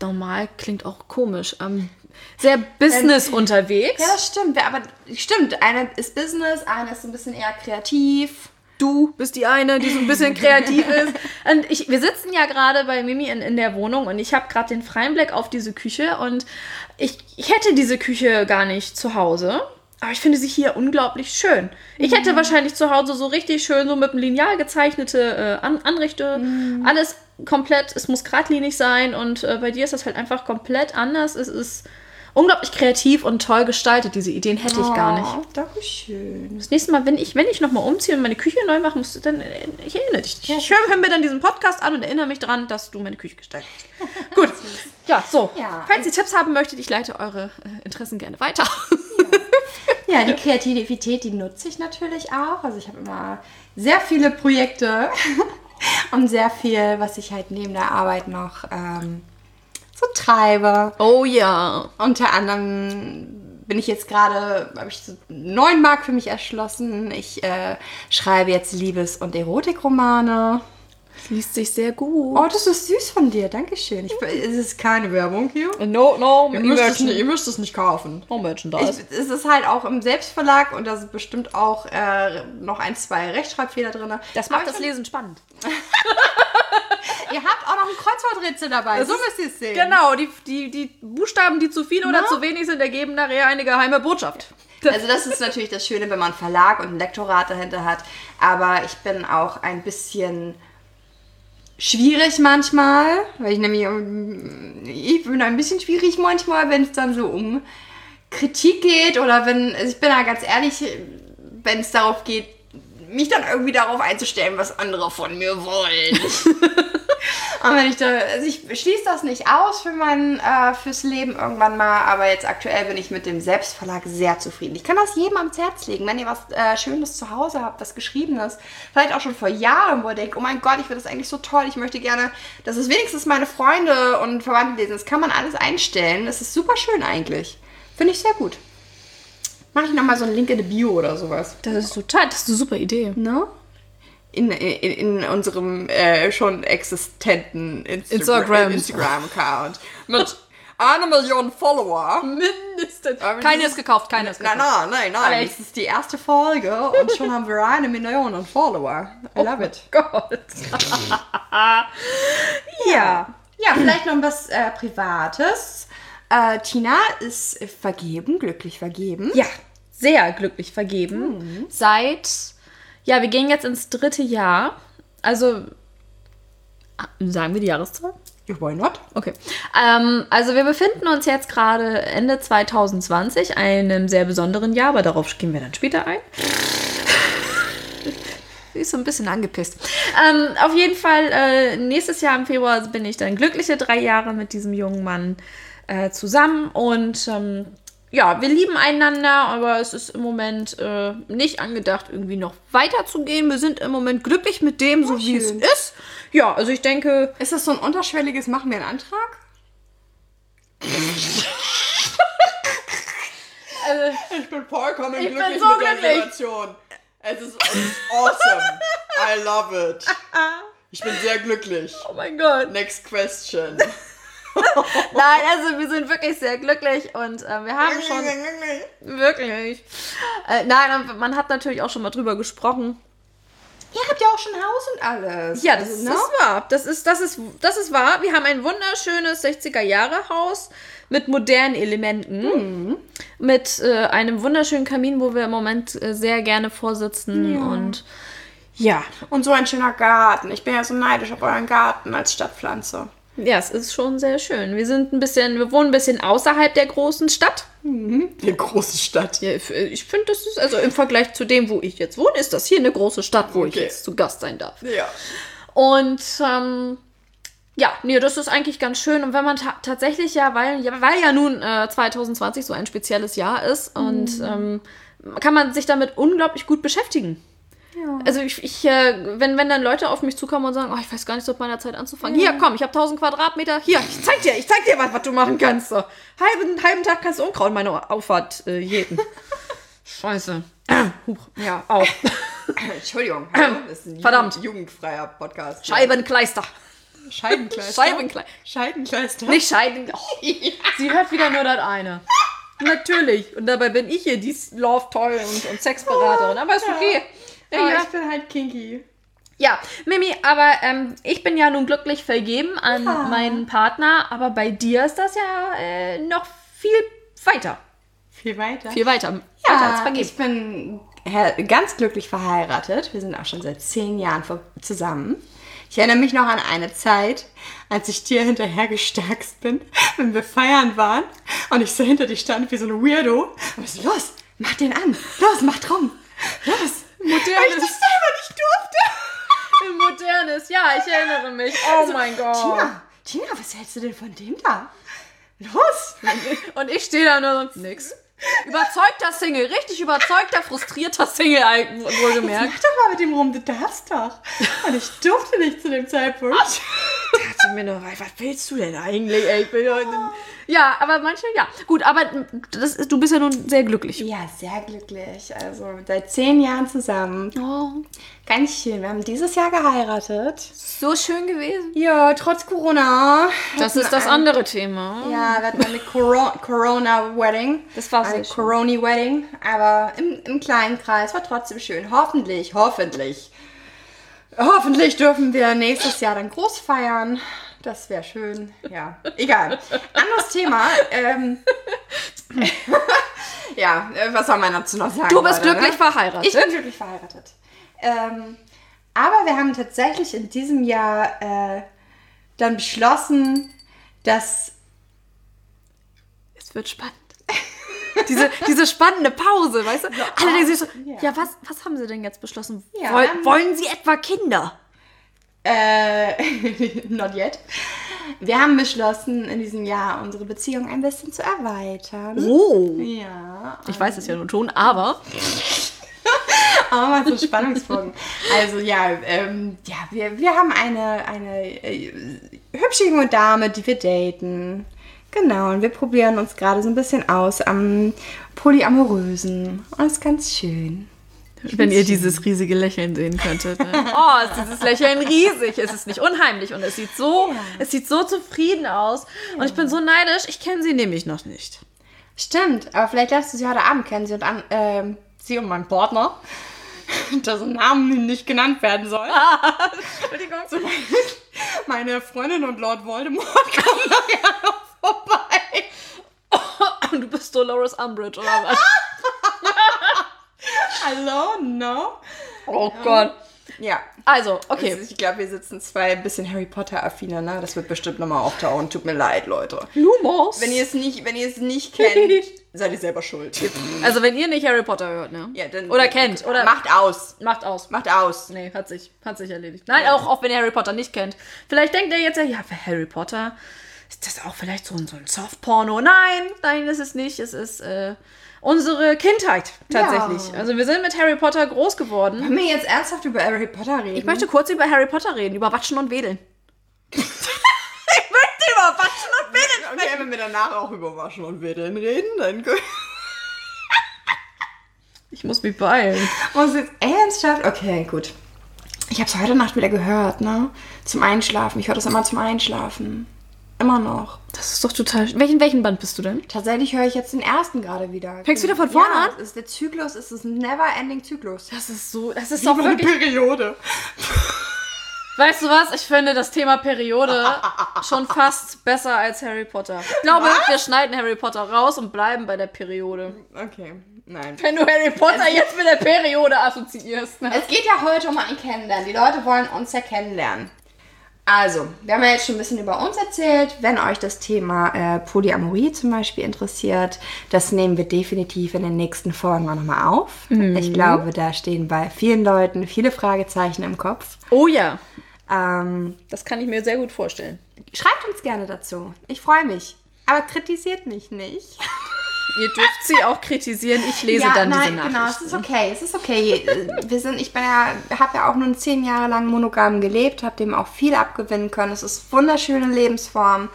[SPEAKER 1] normal, klingt auch komisch, ähm, sehr Business unterwegs.
[SPEAKER 3] ja, das stimmt. Wir- Aber stimmt, eine ist Business, eine ist so ein bisschen eher kreativ.
[SPEAKER 1] du bist die eine, die so ein bisschen kreativ ist. Und ich, wir sitzen ja gerade bei Mimi in, in der Wohnung und ich habe gerade den freien Blick auf diese Küche und ich, ich hätte diese Küche gar nicht zu Hause. Aber ich finde sie hier unglaublich schön. Ich hätte wahrscheinlich zu Hause so richtig schön so mit einem Lineal gezeichnete äh, An Anrichte, alles komplett, es muss geradlinig sein und äh, bei dir ist das halt einfach komplett anders. Es ist unglaublich kreativ und toll gestaltet. Diese Ideen hätte ich gar nicht.
[SPEAKER 3] Oh, Dankeschön.
[SPEAKER 1] Das nächste Mal, wenn ich, wenn ich nochmal umziehe und meine Küche neu mache, musst du dann. äh, Ich erinnere dich. Ich höre hör mir dann diesen Podcast an und erinnere mich daran, dass du meine Küche gestaltet hast. Gut. Ja, so.
[SPEAKER 3] Ja.
[SPEAKER 1] Falls ihr Tipps haben möchtet, ich leite eure äh, Interessen gerne weiter.
[SPEAKER 3] Ja, die Kreativität, die nutze ich natürlich auch. Also ich habe immer sehr viele Projekte und sehr viel, was ich halt neben der Arbeit noch ähm, so treibe.
[SPEAKER 1] Oh ja.
[SPEAKER 3] Unter anderem bin ich jetzt gerade, habe ich so einen neuen Markt für mich erschlossen. Ich äh, schreibe jetzt Liebes- und Erotikromane.
[SPEAKER 1] Das liest sich sehr gut.
[SPEAKER 3] Oh, das ist süß von dir. Dankeschön. Ich, es ist keine Werbung hier.
[SPEAKER 1] Oh, No, no,
[SPEAKER 3] Ihr müsst, es nicht, ihr müsst es nicht kaufen.
[SPEAKER 1] No
[SPEAKER 3] Ich,
[SPEAKER 1] Merchandise.
[SPEAKER 3] es ist halt auch im Selbstverlag und da sind bestimmt auch äh, noch ein, zwei Rechtschreibfehler drin.
[SPEAKER 1] das macht das Lesen spannend.
[SPEAKER 3] Ihr habt auch noch ein Kreuzworträtsel dabei. so müsst ihr es sehen.
[SPEAKER 1] Genau, die, die, die Buchstaben, die zu viel oder zu wenig sind, ergeben nachher eine geheime Botschaft.
[SPEAKER 3] Also das ist natürlich das Schöne, wenn man einen Verlag und ein Lektorat dahinter hat. Aber ich bin auch ein bisschen schwierig manchmal, weil ich nämlich ähm, ich bin ein bisschen schwierig manchmal, wenn es dann so um Kritik geht oder wenn also ich bin da ganz ehrlich, wenn es darauf geht, mich dann irgendwie darauf einzustellen, was andere von mir wollen. Und wenn ich da, also ich schließe das nicht aus für mein, äh, fürs Leben irgendwann mal, aber jetzt aktuell bin ich mit dem Selbstverlag sehr zufrieden. Ich kann das jedem ans Herz legen, wenn ihr was äh, Schönes zu Hause habt, was Geschriebenes, vielleicht auch schon vor Jahren, wo ihr denkt, oh mein Gott, ich finde das eigentlich so toll, ich möchte gerne, dass es wenigstens meine Freunde und Verwandten lesen. Das kann man alles einstellen, das ist super schön eigentlich. Finde ich sehr gut. Mache ich nochmal so einen Link in die Bio oder sowas.
[SPEAKER 4] Das ist total, das ist eine super Idee.
[SPEAKER 3] Ne? In, in, in unserem äh, schon existenten
[SPEAKER 1] Instagram.
[SPEAKER 3] Instagram- Instagram-Account. mit einer Million Follower.
[SPEAKER 1] Mindestens.
[SPEAKER 3] Aber
[SPEAKER 1] Keine
[SPEAKER 3] das-
[SPEAKER 1] ist gekauft, keine ist
[SPEAKER 3] Nein,
[SPEAKER 1] gekauft.
[SPEAKER 3] nein, nein, nein.
[SPEAKER 1] Alex.
[SPEAKER 3] Das ist die erste Folge und schon haben wir eine Million an Follower. I love it.
[SPEAKER 1] Gott.
[SPEAKER 3] Ja. Ja, vielleicht noch was äh, Privates. Äh, Tina ist vergeben, glücklich vergeben.
[SPEAKER 1] Ja, sehr glücklich vergeben. Seit, ja, wir gehen jetzt ins dritte Jahr. Also, ah, sagen wir die Jahreszahl?
[SPEAKER 3] Why not?
[SPEAKER 1] Okay. Ähm, also wir befinden uns jetzt gerade Ende 2020, einem sehr besonderen Jahr, aber darauf gehen wir dann später ein. Sie ist so ein bisschen angepisst. Ähm, auf jeden Fall, äh, nächstes Jahr im Februar bin ich dann glückliche drei Jahre mit diesem jungen Mann äh, zusammen. Und ähm, ja, wir lieben einander, aber es ist im Moment äh, nicht angedacht, irgendwie noch weiterzugehen. Wir sind im Moment glücklich mit dem, so wie es
[SPEAKER 3] schön.
[SPEAKER 1] ist. Ja, also ich denke,
[SPEAKER 3] Ist das so ein unterschwelliges Machen wir einen Antrag? ich bin vollkommen ich
[SPEAKER 1] glücklich so mit der glücklich.
[SPEAKER 3] Situation. Es ist, awesome. I love it. Ich bin sehr glücklich.
[SPEAKER 1] Oh mein Gott.
[SPEAKER 3] Next question.
[SPEAKER 1] Nein, also wir sind wirklich sehr glücklich und äh, wir haben schon wirklich. Äh, nein, und man hat natürlich auch schon mal drüber gesprochen.
[SPEAKER 3] Ihr habt ja auch schon Haus und alles.
[SPEAKER 1] Ja, das
[SPEAKER 3] Also,
[SPEAKER 1] ist,
[SPEAKER 3] ne?
[SPEAKER 1] das ist wahr. Das ist, das, ist, das ist wahr. Wir haben ein wunderschönes 60er-Jahre-Haus mit modernen Elementen. Mit äh, einem wunderschönen Kamin, wo wir im Moment äh, sehr gerne vorsitzen. Und ja.
[SPEAKER 3] Und so ein schöner Garten. Ich bin ja so neidisch auf euren Garten als Stadtpflanze.
[SPEAKER 1] ja, es ist schon sehr schön. Wir sind ein bisschen, wir wohnen ein bisschen außerhalb der großen Stadt.
[SPEAKER 3] Eine große Stadt.
[SPEAKER 1] Ja, ich- ich finde, das ist, also im Vergleich zu dem, wo ich jetzt wohne, ist das hier eine große Stadt, wo ich
[SPEAKER 3] Okay.
[SPEAKER 1] jetzt zu Gast sein darf.
[SPEAKER 3] Ja.
[SPEAKER 1] Und ähm, ja, nee, das ist eigentlich ganz schön. Und wenn man ta tatsächlich ja, weil ja, weil ja nun äh, 2020 so ein spezielles Jahr ist und ähm, kann man sich damit unglaublich gut beschäftigen. Also ich, ich äh, wenn, wenn dann Leute auf mich zukommen und sagen, oh, ich weiß gar nicht, so mit meiner Zeit anzufangen. Hier, komm, ich habe 1000 Quadratmeter. Hier, ich zeig dir, ich zeig dir was, was du machen kannst. So. Halben, halben Tag kannst du Unkraut in meine Auffahrt äh, jäten. Scheiße. Huch, ja, auch.
[SPEAKER 3] Entschuldigung. hallo, das ist ein
[SPEAKER 1] Verdammt.
[SPEAKER 3] jugend- jugendfreier Podcast.
[SPEAKER 1] Scheibenkleister.
[SPEAKER 3] Scheibenkleister.
[SPEAKER 1] Scheibenkleister.
[SPEAKER 3] Scheibenkleister.
[SPEAKER 1] Nicht scheiden. Oh, Sie hört wieder nur das eine. Natürlich. Und dabei bin ich hier die Love Toy und, und Sexberaterin. Aber ist okay. Ja,
[SPEAKER 3] Aber
[SPEAKER 1] ja.
[SPEAKER 3] ich bin halt kinky.
[SPEAKER 1] ja. Mimi, aber ähm, ich bin ja nun glücklich vergeben an meinen Partner. Aber bei dir ist das ja äh, noch viel weiter.
[SPEAKER 3] Viel weiter.
[SPEAKER 1] Viel weiter. weiter als
[SPEAKER 3] ja,
[SPEAKER 1] vergeben.
[SPEAKER 3] ich bin he- ganz glücklich verheiratet. Wir sind auch schon seit zehn Jahren ver- zusammen. Ich erinnere mich noch an eine Zeit, als ich dir hinterher gestarkst bin, wenn wir feiern waren und ich so hinter dir stand wie so ein Weirdo. Und ich so, los, mach den an. Los, mach drum. Los. Modernes. Weil ich das selber nicht durfte.
[SPEAKER 1] Modernes. Ja, ich erinnere mich. Oh mein Gott.
[SPEAKER 3] Tina, Tina, was hältst du denn von dem da? Los.
[SPEAKER 1] Und ich stehe da nur so. Nix. Überzeugter Single. Richtig überzeugter, frustrierter Single, wohlgemerkt.
[SPEAKER 3] Mach doch mal mit dem rum, du darfst doch. Und ich durfte nicht zu dem Zeitpunkt. da hat
[SPEAKER 1] dachte mir nur, was willst du denn eigentlich? Ey, ich bin heute... Ja, aber manche, ja. Gut, aber das ist, du bist ja nun sehr glücklich.
[SPEAKER 3] Ja, sehr glücklich. Also seit zehn Jahren zusammen.
[SPEAKER 1] Oh,
[SPEAKER 3] Ganz schön. Wir haben dieses Jahr geheiratet.
[SPEAKER 1] so schön gewesen.
[SPEAKER 3] Ja, trotz Corona.
[SPEAKER 1] Das ist das andere Thema.
[SPEAKER 3] Ja, wir hatten eine Coro Corona-Wedding.
[SPEAKER 1] Oh. Das war
[SPEAKER 3] Eine
[SPEAKER 1] sehr schön.
[SPEAKER 3] Corona-Wedding. Aber im, im kleinen Kreis war trotzdem schön. Hoffentlich, hoffentlich. Hoffentlich dürfen wir nächstes Jahr dann groß feiern. Das wäre schön. Ja, egal. Anderes Thema. Ähm, ja, äh, was soll man dazu noch sagen?
[SPEAKER 1] Du bist
[SPEAKER 3] Leute,
[SPEAKER 1] glücklich
[SPEAKER 3] ne?
[SPEAKER 1] verheiratet.
[SPEAKER 3] Ich bin glücklich verheiratet. Ähm, aber wir haben tatsächlich in diesem Jahr äh, dann beschlossen, dass
[SPEAKER 1] Es wird spannend. diese, diese spannende Pause, weißt du? Alle denken sich so, ja, was, was haben sie denn jetzt beschlossen?
[SPEAKER 3] Ja,
[SPEAKER 1] Woll,
[SPEAKER 3] ähm,
[SPEAKER 1] wollen sie etwa Kinder?
[SPEAKER 3] Äh, not yet. Wir haben beschlossen, in diesem Jahr unsere Beziehung ein bisschen zu erweitern.
[SPEAKER 1] Oh.
[SPEAKER 3] Ja.
[SPEAKER 1] Ich weiß es ja nun schon, aber
[SPEAKER 3] Aber mal so Spannungsbogen. Also ja, ähm, ja wir, wir haben eine, eine äh, hübsche junge Dame, die wir daten. Genau, und wir probieren uns gerade so ein bisschen aus am Polyamorösen. Und das ist ganz schön.
[SPEAKER 1] wenn ihr dieses riesige Lächeln sehen könntet. Ne? Oh, ist dieses Lächeln riesig. Es ist nicht unheimlich und es sieht so, es sieht so zufrieden aus. Und ich bin so neidisch, ich kenne sie nämlich noch nicht.
[SPEAKER 3] Stimmt, aber vielleicht lernst du sie heute Abend kennen, sie und, an, ähm, sie und mein Partner. Dessen Namen nicht genannt werden soll.
[SPEAKER 1] Entschuldigung.
[SPEAKER 3] Meine Freundin und Lord Voldemort kommen nachher noch vorbei.
[SPEAKER 1] Du bist Dolores Umbridge, oder was?
[SPEAKER 3] Hallo? No?
[SPEAKER 1] Oh Gott.
[SPEAKER 3] Ja.
[SPEAKER 1] Also, okay.
[SPEAKER 3] Also ich glaube, wir sitzen zwei ein bisschen Harry Potter-affiner, ne? Das wird bestimmt nochmal auftauchen. Tut mir leid, Leute.
[SPEAKER 1] Lumos.
[SPEAKER 3] Wenn ihr es nicht, wenn ihr es nicht kennt, seid ihr selber schuld.
[SPEAKER 1] Also wenn ihr nicht Harry Potter hört, ne?
[SPEAKER 3] Ja, dann-
[SPEAKER 1] oder kennt. Oder macht,
[SPEAKER 3] Macht aus.
[SPEAKER 1] aus.
[SPEAKER 3] Macht aus.
[SPEAKER 1] Nee, hat sich, hat sich erledigt. Nein, auch, auch wenn ihr Harry Potter nicht kennt. Vielleicht denkt ihr jetzt ja, ja, für Harry Potter ist das auch vielleicht so ein, so ein Softporno. Nein, nein, ist es nicht. Es ist äh, unsere Kindheit tatsächlich. Also wir sind mit Harry Potter groß geworden.
[SPEAKER 3] Können wir jetzt ernsthaft über Harry Potter reden?
[SPEAKER 1] Ich möchte kurz über Harry Potter reden, über Watschen und Wedeln.
[SPEAKER 3] über Waschen und Wedeln Okay, wenn wir danach auch über Waschen und Wedeln reden, dann können
[SPEAKER 1] Ich muss mich beeilen.
[SPEAKER 3] Muss jetzt ernsthaft? Okay, gut. Ich hab's heute Nacht wieder gehört, ne? Zum Einschlafen. Ich höre das immer zum Einschlafen. Immer noch.
[SPEAKER 1] Das ist doch total. Welchen, welchen Band bist du denn?
[SPEAKER 3] Tatsächlich höre ich jetzt den ersten gerade wieder.
[SPEAKER 1] Fängst du wieder von vorne
[SPEAKER 3] ja,
[SPEAKER 1] an?
[SPEAKER 3] Es ist der Zyklus es ist ein never-ending Zyklus.
[SPEAKER 1] Das ist so. Das ist doch wirklich.
[SPEAKER 3] Periode.
[SPEAKER 1] Weißt du was? Ich finde das Thema Periode schon fast besser als Harry Potter. Ich glaube, wir schneiden Harry Potter raus und bleiben bei der Periode.
[SPEAKER 3] Okay, nein.
[SPEAKER 1] Wenn du Harry Potter jetzt mit der Periode assoziierst. Ne?
[SPEAKER 3] Es geht ja heute um ein Kennenlernen. Die Leute wollen uns ja kennenlernen. Also, wir haben ja jetzt schon ein bisschen über uns erzählt. Wenn euch das Thema äh, Polyamorie zum Beispiel interessiert, das nehmen wir definitiv in den nächsten Folgen auch nochmal auf.
[SPEAKER 1] Mhm.
[SPEAKER 3] Ich glaube, da stehen bei vielen Leuten viele Fragezeichen im Kopf.
[SPEAKER 1] Oh ja,
[SPEAKER 3] Ähm,
[SPEAKER 1] das kann ich mir sehr gut vorstellen.
[SPEAKER 3] schreibt uns gerne dazu. Ich freue mich. Aber kritisiert mich nicht.
[SPEAKER 1] Ihr dürft sie auch kritisieren. Ich lese dann
[SPEAKER 3] nein,
[SPEAKER 1] diese
[SPEAKER 3] genau, es
[SPEAKER 1] Nachrichten.
[SPEAKER 3] ist okay, es ist okay. Wir sind, ich bin ja, habe ja auch nun zehn Jahre lang monogam gelebt, habe dem auch viel abgewinnen können. Es ist wunderschöne Lebensform.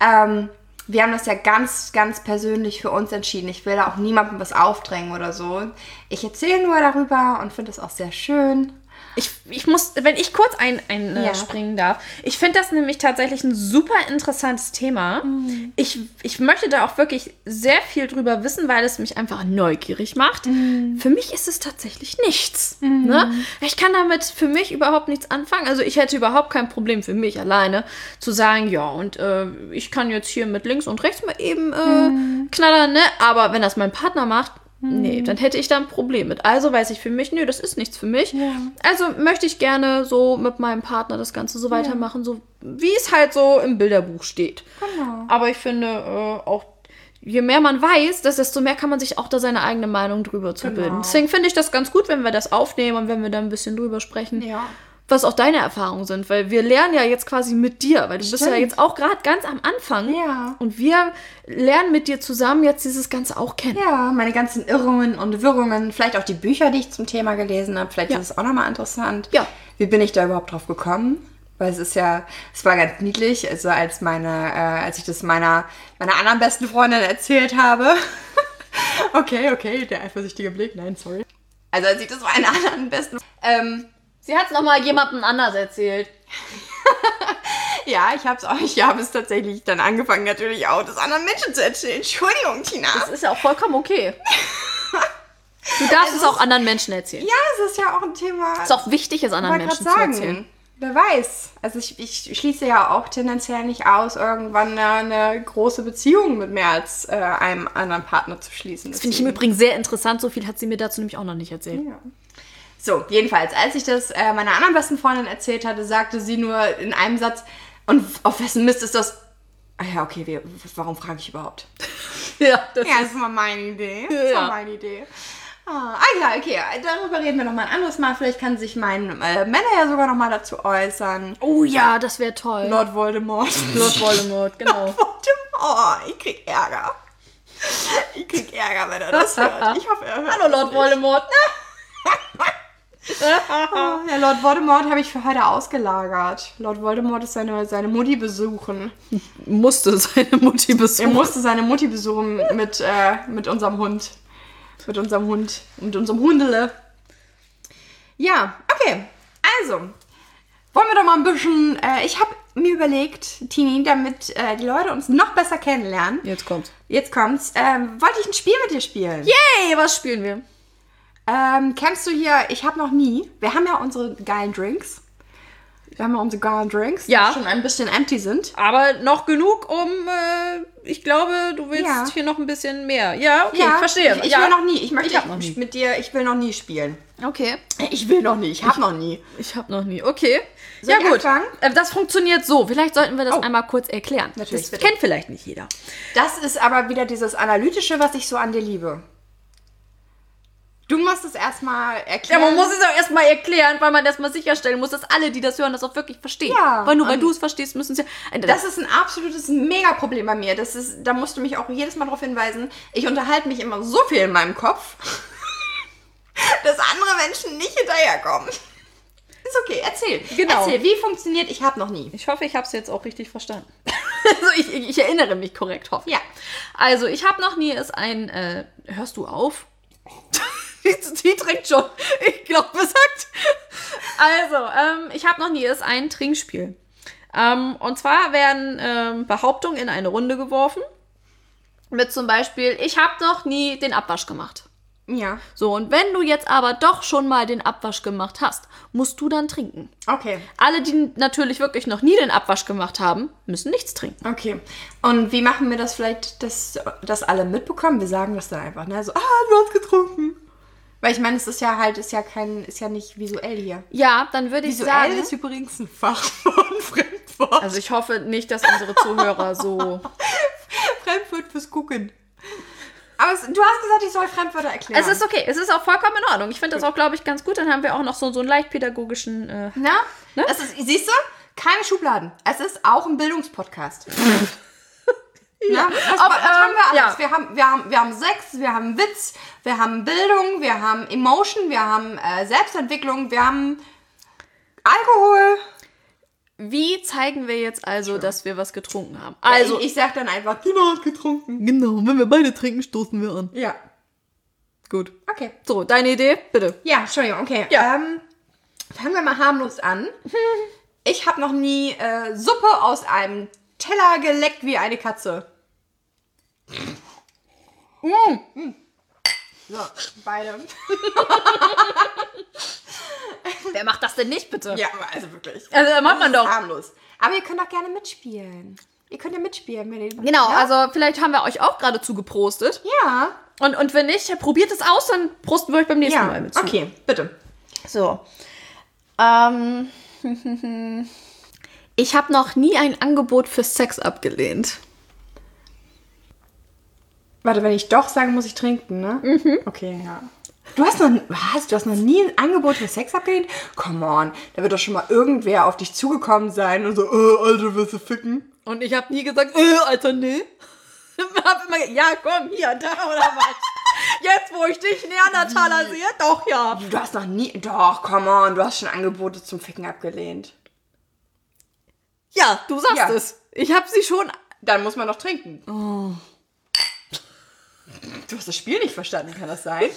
[SPEAKER 3] Ähm, wir haben das ja ganz, ganz persönlich für uns entschieden. Ich will da auch niemandem was aufdrängen oder so. Ich erzähle nur darüber und finde es auch sehr schön.
[SPEAKER 1] Ich, ich muss, wenn ich kurz ein, ein äh,
[SPEAKER 3] Ja.
[SPEAKER 1] springen darf, ich finde das nämlich tatsächlich ein super interessantes Thema. Ich, ich möchte da auch wirklich sehr viel drüber wissen, weil es mich einfach neugierig macht. Für mich ist es tatsächlich nichts. Ne? Ich kann damit für mich überhaupt nichts anfangen. Also ich hätte überhaupt kein Problem für mich alleine zu sagen, ja, und äh, ich kann jetzt hier mit links und rechts mal eben äh, knattern, ne? Aber wenn das mein Partner macht,
[SPEAKER 3] Hm.
[SPEAKER 1] Nee, dann hätte ich da ein Problem mit. Also weiß ich für mich, nö, das ist nichts für mich. Also möchte ich gerne so mit meinem Partner das Ganze so weitermachen, so wie es halt so im Bilderbuch steht. Genau. Aber ich finde äh, auch, je mehr man weiß, das- desto mehr kann man sich auch da seine eigene Meinung drüber zu
[SPEAKER 3] Genau.
[SPEAKER 1] bilden. Deswegen finde ich das ganz gut, wenn wir das aufnehmen und wenn wir da ein bisschen drüber sprechen.
[SPEAKER 3] Ja.
[SPEAKER 1] Was auch deine Erfahrungen sind, weil wir lernen ja jetzt quasi mit dir, weil du bist ja
[SPEAKER 3] Stimmt.
[SPEAKER 1] jetzt auch gerade ganz am Anfang.
[SPEAKER 3] Ja.
[SPEAKER 1] Und wir lernen mit dir zusammen jetzt dieses Ganze auch kennen.
[SPEAKER 3] Ja, meine ganzen Irrungen und Wirrungen, vielleicht auch die Bücher, die ich zum Thema gelesen habe, vielleicht ist es auch nochmal interessant.
[SPEAKER 1] Ja.
[SPEAKER 3] Wie bin ich da überhaupt drauf gekommen? Weil es ist ja, es war ganz niedlich, also als meine, äh, als ich das meiner, meiner anderen besten Freundin erzählt habe. okay, okay, der eifersüchtige Blick, nein, sorry. Also als ich das meiner anderen besten, ähm,
[SPEAKER 1] Sie hat es nochmal jemandem anders erzählt.
[SPEAKER 3] ja, ich hab's auch, ich habe es tatsächlich dann angefangen, natürlich auch das anderen Menschen zu erzählen. Entschuldigung, Tina.
[SPEAKER 1] Das ist ja auch vollkommen okay. Du darfst es auch anderen Menschen erzählen.
[SPEAKER 3] Ja, es ist ja auch ein Thema.
[SPEAKER 1] Es ist auch wichtig, es anderen
[SPEAKER 3] wollte
[SPEAKER 1] Menschen
[SPEAKER 3] grad
[SPEAKER 1] zu erzählen.
[SPEAKER 3] Wer weiß. Also ich, ich schließe ja auch tendenziell nicht aus, irgendwann eine, eine große Beziehung mit mehr als äh, einem anderen Partner zu schließen.
[SPEAKER 1] Finde ich im Übrigen sehr interessant. So viel hat sie mir dazu nämlich auch noch nicht erzählt.
[SPEAKER 3] So, jedenfalls, als ich das äh, meiner anderen besten Freundin erzählt hatte, sagte sie nur in einem Satz, und auf wessen Mist ist das? Ah ja, okay, wir, warum frage ich überhaupt?
[SPEAKER 1] Ja, das
[SPEAKER 3] Ja, das war meine Idee. Das
[SPEAKER 1] Ja.
[SPEAKER 3] war meine Idee. Ah, ah ja, okay. Darüber reden wir nochmal ein anderes Mal. Vielleicht kann sich mein äh, Männer ja sogar nochmal dazu äußern.
[SPEAKER 1] Oh ja, das wäre toll.
[SPEAKER 3] Lord Voldemort.
[SPEAKER 1] Lord Voldemort, genau.
[SPEAKER 3] Voldemort. Ich krieg Ärger. Ich krieg Ärger, wenn er das hört. Ich hoffe, er hört.
[SPEAKER 1] Hallo Lord Voldemort.
[SPEAKER 3] Ah, Ja, Lord Voldemort habe ich für heute ausgelagert. Lord Voldemort ist seine, seine Mutti besuchen.
[SPEAKER 1] Musste seine Mutti
[SPEAKER 3] Er
[SPEAKER 1] besuchen.
[SPEAKER 3] musste seine Mutti besuchen mit, äh, mit unserem Hund. Mit unserem Hund. Mit unserem Hundele. Ja, okay. Also, wollen wir doch mal ein bisschen. Äh, ich habe mir überlegt, Tini, damit äh, die Leute uns noch besser kennenlernen.
[SPEAKER 1] Jetzt kommt's.
[SPEAKER 3] Jetzt kommt's. Ähm, wollte ich ein Spiel mit dir spielen? Yeah.
[SPEAKER 1] Hey, was spielen wir?
[SPEAKER 3] Ähm, kennst du hier, ich habe noch nie, wir haben ja unsere geilen Drinks. Wir haben ja unsere geilen Drinks,
[SPEAKER 1] Ja.
[SPEAKER 3] die schon ein bisschen empty sind.
[SPEAKER 1] Aber noch genug, um. Äh, ich glaube, du willst
[SPEAKER 3] Ja.
[SPEAKER 1] hier noch ein bisschen mehr. Ja, okay, ich verstehe.
[SPEAKER 3] Ich, ich
[SPEAKER 1] ja.
[SPEAKER 3] will noch nie, ich möchte
[SPEAKER 1] Ich hab noch nie.
[SPEAKER 3] mit dir, ich will noch nie spielen.
[SPEAKER 1] Okay.
[SPEAKER 3] Ich will noch nie, ich habe noch nie.
[SPEAKER 1] Ich habe noch nie. Okay.
[SPEAKER 3] Soll ich anfangen?
[SPEAKER 1] Äh, Das funktioniert so. Vielleicht sollten wir das einmal kurz erklären.
[SPEAKER 3] Natürlich,
[SPEAKER 1] das
[SPEAKER 3] bitte.
[SPEAKER 1] kennt vielleicht nicht jeder.
[SPEAKER 3] Das ist aber wieder dieses Analytische, was ich so an dir liebe. Du musst es erstmal
[SPEAKER 1] Ja,
[SPEAKER 3] erklären.
[SPEAKER 1] man muss es auch erstmal erklären, weil man erstmal sicherstellen muss, dass alle, die das hören, das auch wirklich verstehen.
[SPEAKER 3] Ja.
[SPEAKER 1] Weil nur weil du es verstehst, müssen sie. Äh,
[SPEAKER 3] Das ist ein absolutes Megaproblem bei mir. Das ist, da musst du mich auch jedes Mal darauf hinweisen. Ich unterhalte mich immer so viel in meinem Kopf, dass andere Menschen nicht hinterherkommen. Ist okay, erzähl.
[SPEAKER 1] Genau.
[SPEAKER 3] Erzähl, wie funktioniert Ich hab noch nie.
[SPEAKER 1] Ich hoffe, ich habe es jetzt auch richtig verstanden. also ich, ich, ich erinnere mich korrekt, hoffe ich.
[SPEAKER 3] Ja.
[SPEAKER 1] Also ich habe noch nie ist ein. Äh, hörst du auf? die, die trinkt schon. Ich glaube, besagt. Also ähm, ich habe noch nie ist ein Trinkspiel. Ähm, und zwar werden ähm, Behauptungen in eine Runde geworfen. Mit zum Beispiel, ich habe noch nie den Abwasch gemacht.
[SPEAKER 3] Ja.
[SPEAKER 1] So, und wenn du jetzt aber doch schon mal den Abwasch gemacht hast, musst du dann trinken.
[SPEAKER 3] Okay.
[SPEAKER 1] Alle, die natürlich wirklich noch nie den Abwasch gemacht haben, müssen nichts trinken.
[SPEAKER 3] Okay. Und wie machen wir das vielleicht, dass, dass alle mitbekommen? Wir sagen das dann einfach, ne? So, ah, du hast getrunken. Weil ich meine, es ist ja halt, ist ja kein, ist ja nicht visuell hier. ne?
[SPEAKER 1] Ja, dann würde ich sagen.
[SPEAKER 3] übrigens ein Fachwort, Fremdwort.
[SPEAKER 1] Also ich hoffe nicht, dass unsere Zuhörer so.
[SPEAKER 3] Fremdwort fürs Gucken. Aber es, du hast gesagt, ich soll Fremdwörter erklären.
[SPEAKER 1] Es ist okay, es ist auch vollkommen in Ordnung. Ich finde das auch, glaube ich, ganz gut. Dann haben wir auch noch so, so einen leicht pädagogischen. Äh,
[SPEAKER 3] Na? Es ist, siehst du? Keine Schubladen. Es ist auch ein Bildungspodcast. Na, was,
[SPEAKER 1] Aber,
[SPEAKER 3] was haben wir
[SPEAKER 1] ähm,
[SPEAKER 3] alles?
[SPEAKER 1] ja.
[SPEAKER 3] Wir, haben, wir, haben, wir haben Sex, wir haben Witz, wir haben Bildung, wir haben Emotion, wir haben äh, Selbstentwicklung, wir haben Alkohol.
[SPEAKER 1] wie zeigen wir jetzt also, dass wir was getrunken haben? Also,
[SPEAKER 3] ich, ich sag dann einfach, Tina hat getrunken.
[SPEAKER 1] genau, wenn wir beide trinken, stoßen wir an.
[SPEAKER 3] Ja.
[SPEAKER 1] Gut.
[SPEAKER 3] Okay.
[SPEAKER 1] So, deine Idee, bitte.
[SPEAKER 3] Ja, Entschuldigung, okay.
[SPEAKER 1] Ja.
[SPEAKER 3] Ähm, fangen wir mal harmlos an. Ich habe noch nie äh, Suppe aus einem Teller geleckt wie eine Katze. Mm. So, beide.
[SPEAKER 1] Wer macht das denn nicht, bitte?
[SPEAKER 3] Ja, aber also wirklich.
[SPEAKER 1] Also, macht man doch.
[SPEAKER 3] Harmlos. Aber ihr könnt auch gerne mitspielen. Ihr könnt ja mitspielen. Wenn ihr,
[SPEAKER 1] Genau,
[SPEAKER 3] ja?
[SPEAKER 1] also vielleicht haben wir euch auch gerade zugeprostet.
[SPEAKER 3] Ja.
[SPEAKER 1] Und, und wenn nicht, probiert es aus, dann prosten wir euch beim nächsten Mal
[SPEAKER 3] Ja,
[SPEAKER 1] mit zu.
[SPEAKER 3] okay, bitte.
[SPEAKER 1] So. Ähm. Ich habe noch nie ein Angebot für Sex abgelehnt.
[SPEAKER 3] Warte, wenn ich doch sagen muss, ich trinken, ne? Mhm. Okay, ja. Du hast noch, was? Du hast noch nie ein Angebot für Sex abgelehnt? Come on, da wird doch schon mal irgendwer auf dich zugekommen sein und so, äh, Alter, willst du ficken?
[SPEAKER 1] Und ich habe nie gesagt, äh, Alter, nee. Ich hab immer, ge- ja, komm, hier, da oder was? Jetzt, wo ich dich Neandertaler sehe, doch, ja.
[SPEAKER 3] Du hast noch nie, doch, come on, du hast schon Angebote zum Ficken abgelehnt.
[SPEAKER 1] Ja, du sagst
[SPEAKER 3] Ja.
[SPEAKER 1] es. Ich habe sie schon.
[SPEAKER 3] Dann muss man noch trinken. Oh. Du hast das Spiel nicht verstanden, kann das sein?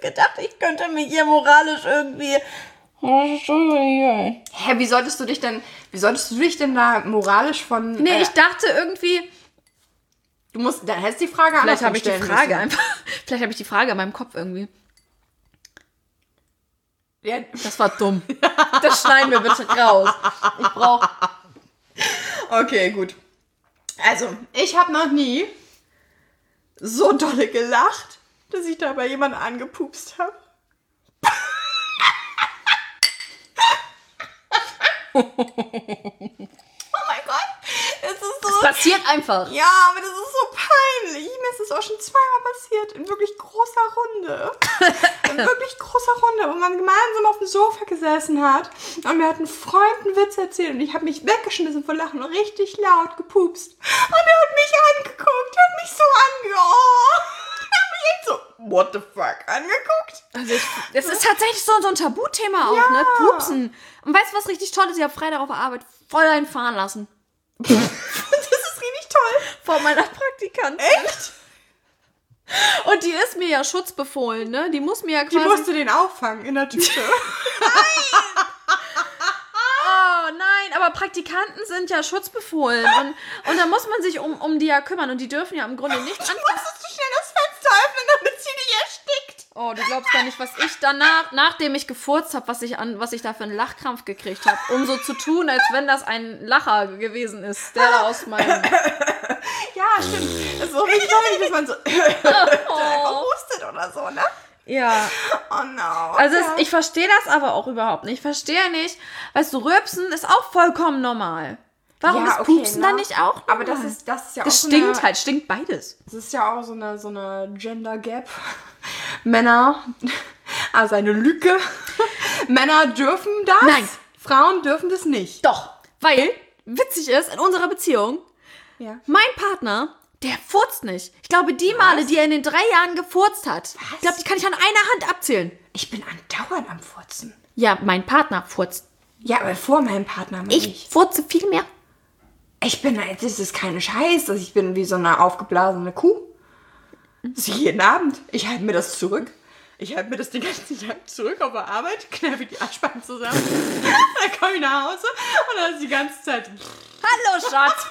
[SPEAKER 1] gedacht, ich könnte mich hier moralisch irgendwie.
[SPEAKER 3] Hä, wie solltest du dich denn, wie solltest du dich denn da moralisch von...
[SPEAKER 1] Nee,
[SPEAKER 3] äh,
[SPEAKER 1] ich dachte irgendwie.
[SPEAKER 3] Du musst, dann hättest du die Frage
[SPEAKER 1] Vielleicht
[SPEAKER 3] andersrum
[SPEAKER 1] habe ich die
[SPEAKER 3] stellen
[SPEAKER 1] Frage
[SPEAKER 3] müssen.
[SPEAKER 1] einfach. Vielleicht habe ich die Frage in meinem Kopf irgendwie.
[SPEAKER 3] Ja,
[SPEAKER 1] Das war dumm. Das schneiden wir bitte raus. Ich brauche.
[SPEAKER 3] okay, gut. Also, ich habe noch nie so dolle gelacht, dass ich dabei jemanden angepupst habe. oh mein Gott, es ist so...
[SPEAKER 1] Passiert einfach.
[SPEAKER 3] Ja, aber das ist so peinlich. Mir ist das auch schon zweimal passiert. In wirklich großer Runde. In wirklich großer Runde, wo man gemeinsam auf dem Sofa gesessen hat. Und mir hat ein Freund einen Witz erzählt und ich habe mich weggeschmissen vor Lachen und richtig laut gepupst. Und er hat mich angeguckt, hat mich so ange... Oh. Hat mich echt so, what the fuck, angeguckt.
[SPEAKER 1] Also ich, das ist tatsächlich so, so ein Tabuthema auch, ne? Pupsen. Und weißt du, was richtig toll ist? Ich habe Freitag auf der Arbeit voll einen fahren lassen.
[SPEAKER 3] Das ist richtig toll.
[SPEAKER 1] Vor meiner Praktikantin.
[SPEAKER 3] Echt?
[SPEAKER 1] Und die ist mir ja schutzbefohlen, ne? Die muss mir ja
[SPEAKER 3] Die
[SPEAKER 1] quasi...
[SPEAKER 3] musste den auffangen in der Tüte.
[SPEAKER 1] Oh nein, aber Praktikanten sind ja schutzbefohlen. Und, und da muss man sich um, um die ja kümmern. Und die dürfen ja im Grunde nichts an...
[SPEAKER 3] musstest du schnell das Fenster öffnen, damit sie nicht erstickt.
[SPEAKER 1] Oh, du glaubst gar nicht, was ich danach, nachdem ich gefurzt habe, was ich an, was ich da für einen Lachkrampf gekriegt habe, um so zu tun, als wenn das ein Lacher gewesen ist, der da aus meinem.
[SPEAKER 3] Ja, stimmt. Das ist so richtig toll, dass man so
[SPEAKER 1] Oh.
[SPEAKER 3] hustet oder so, ne?
[SPEAKER 1] Ja.
[SPEAKER 3] Oh no.
[SPEAKER 1] Also es, ich verstehe das aber auch überhaupt nicht. Ich verstehe nicht, weißt du, Rülpsen ist auch vollkommen normal. Warum
[SPEAKER 3] Ja,
[SPEAKER 1] ist
[SPEAKER 3] okay,
[SPEAKER 1] Pupsen
[SPEAKER 3] ne?
[SPEAKER 1] dann nicht auch normal?
[SPEAKER 3] aber das ist, das ist ja auch
[SPEAKER 1] Es
[SPEAKER 3] so
[SPEAKER 1] stinkt
[SPEAKER 3] eine,
[SPEAKER 1] halt, stinkt beides.
[SPEAKER 3] Das ist ja auch so eine, so eine Gender Gap. Männer, also eine Lücke. Männer dürfen das.
[SPEAKER 1] Nein.
[SPEAKER 3] Frauen dürfen das nicht.
[SPEAKER 1] Doch, weil, witzig ist, in unserer Beziehung,
[SPEAKER 3] Ja.
[SPEAKER 1] mein Partner, der furzt nicht. Ich glaube, die Male, die er in den drei Jahren gefurzt hat, ich glaube, die kann ich an einer Hand abzählen.
[SPEAKER 3] Ich bin andauernd am Furzen.
[SPEAKER 1] Ja, mein Partner furzt.
[SPEAKER 3] Ja, aber vor meinem Partner meine
[SPEAKER 1] Ich furze viel mehr.
[SPEAKER 3] Ich bin, das ist keine Scheiße. Ich bin wie so eine aufgeblasene Kuh. Das ist jeden Abend. Ich halte mir das zurück. Ich halte mir das den ganzen Tag zurück auf der Arbeit, kneife die Arschbacken zusammen. dann komme ich nach Hause und dann ist die ganze Zeit.
[SPEAKER 1] Hallo, Schatz.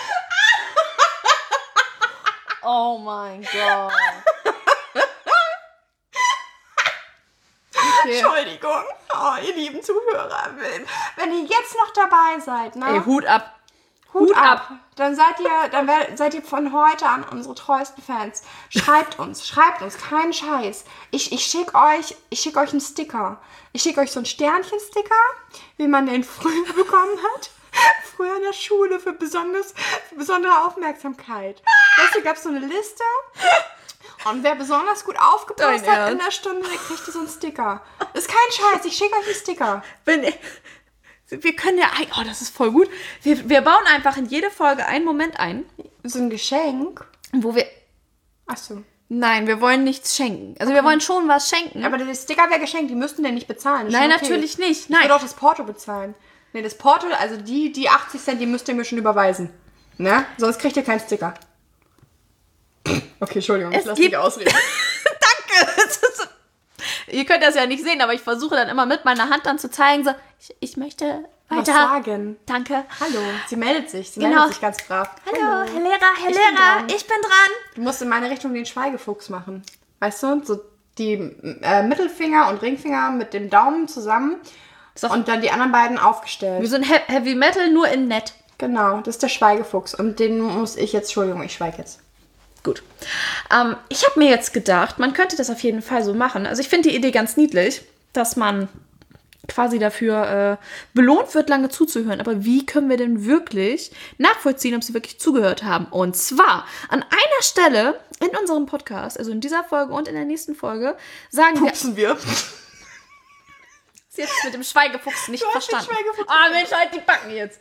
[SPEAKER 1] oh mein Gott. Okay.
[SPEAKER 3] Entschuldigung. Oh, ihr lieben Zuhörer. Wenn, wenn ihr jetzt noch dabei seid, ne?
[SPEAKER 1] Ey, Hut ab.
[SPEAKER 3] Hut,
[SPEAKER 1] Hut ab.
[SPEAKER 3] ab. Dann seid ihr, dann wer- seid ihr von heute an unsere treuesten Fans. Schreibt uns, schreibt uns, keinen Scheiß. Ich, ich schicke euch, ich schick euch einen Sticker. Ich schicke euch so einen Sternchen-Sticker, wie man den früher bekommen hat. Früher in der Schule für, besonders, für besondere Aufmerksamkeit. Weißt du, gab so eine Liste. Und wer besonders gut aufgepasst
[SPEAKER 1] Dein
[SPEAKER 3] hat in
[SPEAKER 1] Ernst?
[SPEAKER 3] der Stunde, der kriegt so einen Sticker. Ist kein Scheiß, ich schicke euch einen Sticker.
[SPEAKER 1] Wenn, wir können ja. ein- Oh, das ist voll gut. Wir, wir bauen einfach in jede Folge einen Moment ein,
[SPEAKER 3] So ein Geschenk.
[SPEAKER 1] wo wir.
[SPEAKER 3] Achso.
[SPEAKER 1] Nein, wir wollen nichts schenken. Also, wir wollen schon was schenken.
[SPEAKER 3] Aber der Sticker wäre geschenkt, die müssten den nicht bezahlen.
[SPEAKER 1] Nein, natürlich nicht.
[SPEAKER 3] Nein. Ich
[SPEAKER 1] Nein.
[SPEAKER 3] würde auch das Porto bezahlen. Nee, das Porto, also die, die 80 Cent, die müsst ihr mir schon überweisen. Ne? Sonst kriegt ihr keinen Sticker. Okay, Entschuldigung, ich
[SPEAKER 1] Es
[SPEAKER 3] lass
[SPEAKER 1] gibt-
[SPEAKER 3] dich ausreden.
[SPEAKER 1] Es ist- Ihr könnt das ja nicht sehen, aber ich versuche dann immer mit meiner Hand dann zu zeigen, so, ich, ich möchte
[SPEAKER 3] Was
[SPEAKER 1] weiter.
[SPEAKER 3] sagen?
[SPEAKER 1] Danke.
[SPEAKER 3] Hallo, sie meldet sich. Sie
[SPEAKER 1] Genau.
[SPEAKER 3] meldet sich ganz brav.
[SPEAKER 1] Hallo, Herr Lehrer, Herr
[SPEAKER 3] Ich bin
[SPEAKER 1] Lehrer,
[SPEAKER 3] dran.
[SPEAKER 1] ich bin dran.
[SPEAKER 3] Du musst in meine Richtung den Schweigefuchs machen. Weißt du? So die äh, Mittelfinger und Ringfinger mit dem Daumen zusammen
[SPEAKER 1] doch-
[SPEAKER 3] und dann die anderen beiden aufgestellt.
[SPEAKER 1] Wir sind He Heavy Metal nur in nett.
[SPEAKER 3] Genau, das ist der Schweigefuchs. Und den muss ich jetzt, Entschuldigung, ich schweige jetzt.
[SPEAKER 1] Gut. Ähm, ich habe mir jetzt gedacht, man könnte das auf jeden Fall so machen. Also ich finde die Idee ganz niedlich, dass man quasi dafür äh, belohnt wird, lange zuzuhören. Aber wie können wir denn wirklich nachvollziehen, ob sie wirklich zugehört haben? Und zwar an einer Stelle in unserem Podcast, also in dieser Folge und in der nächsten Folge, sagen wir
[SPEAKER 3] Pupsen wir.
[SPEAKER 1] Sie hat es mit dem Schweigefuchs nicht
[SPEAKER 3] hast den
[SPEAKER 1] verstanden.
[SPEAKER 3] Schweigefuchs
[SPEAKER 1] Ah, Mensch, halt die Backen jetzt.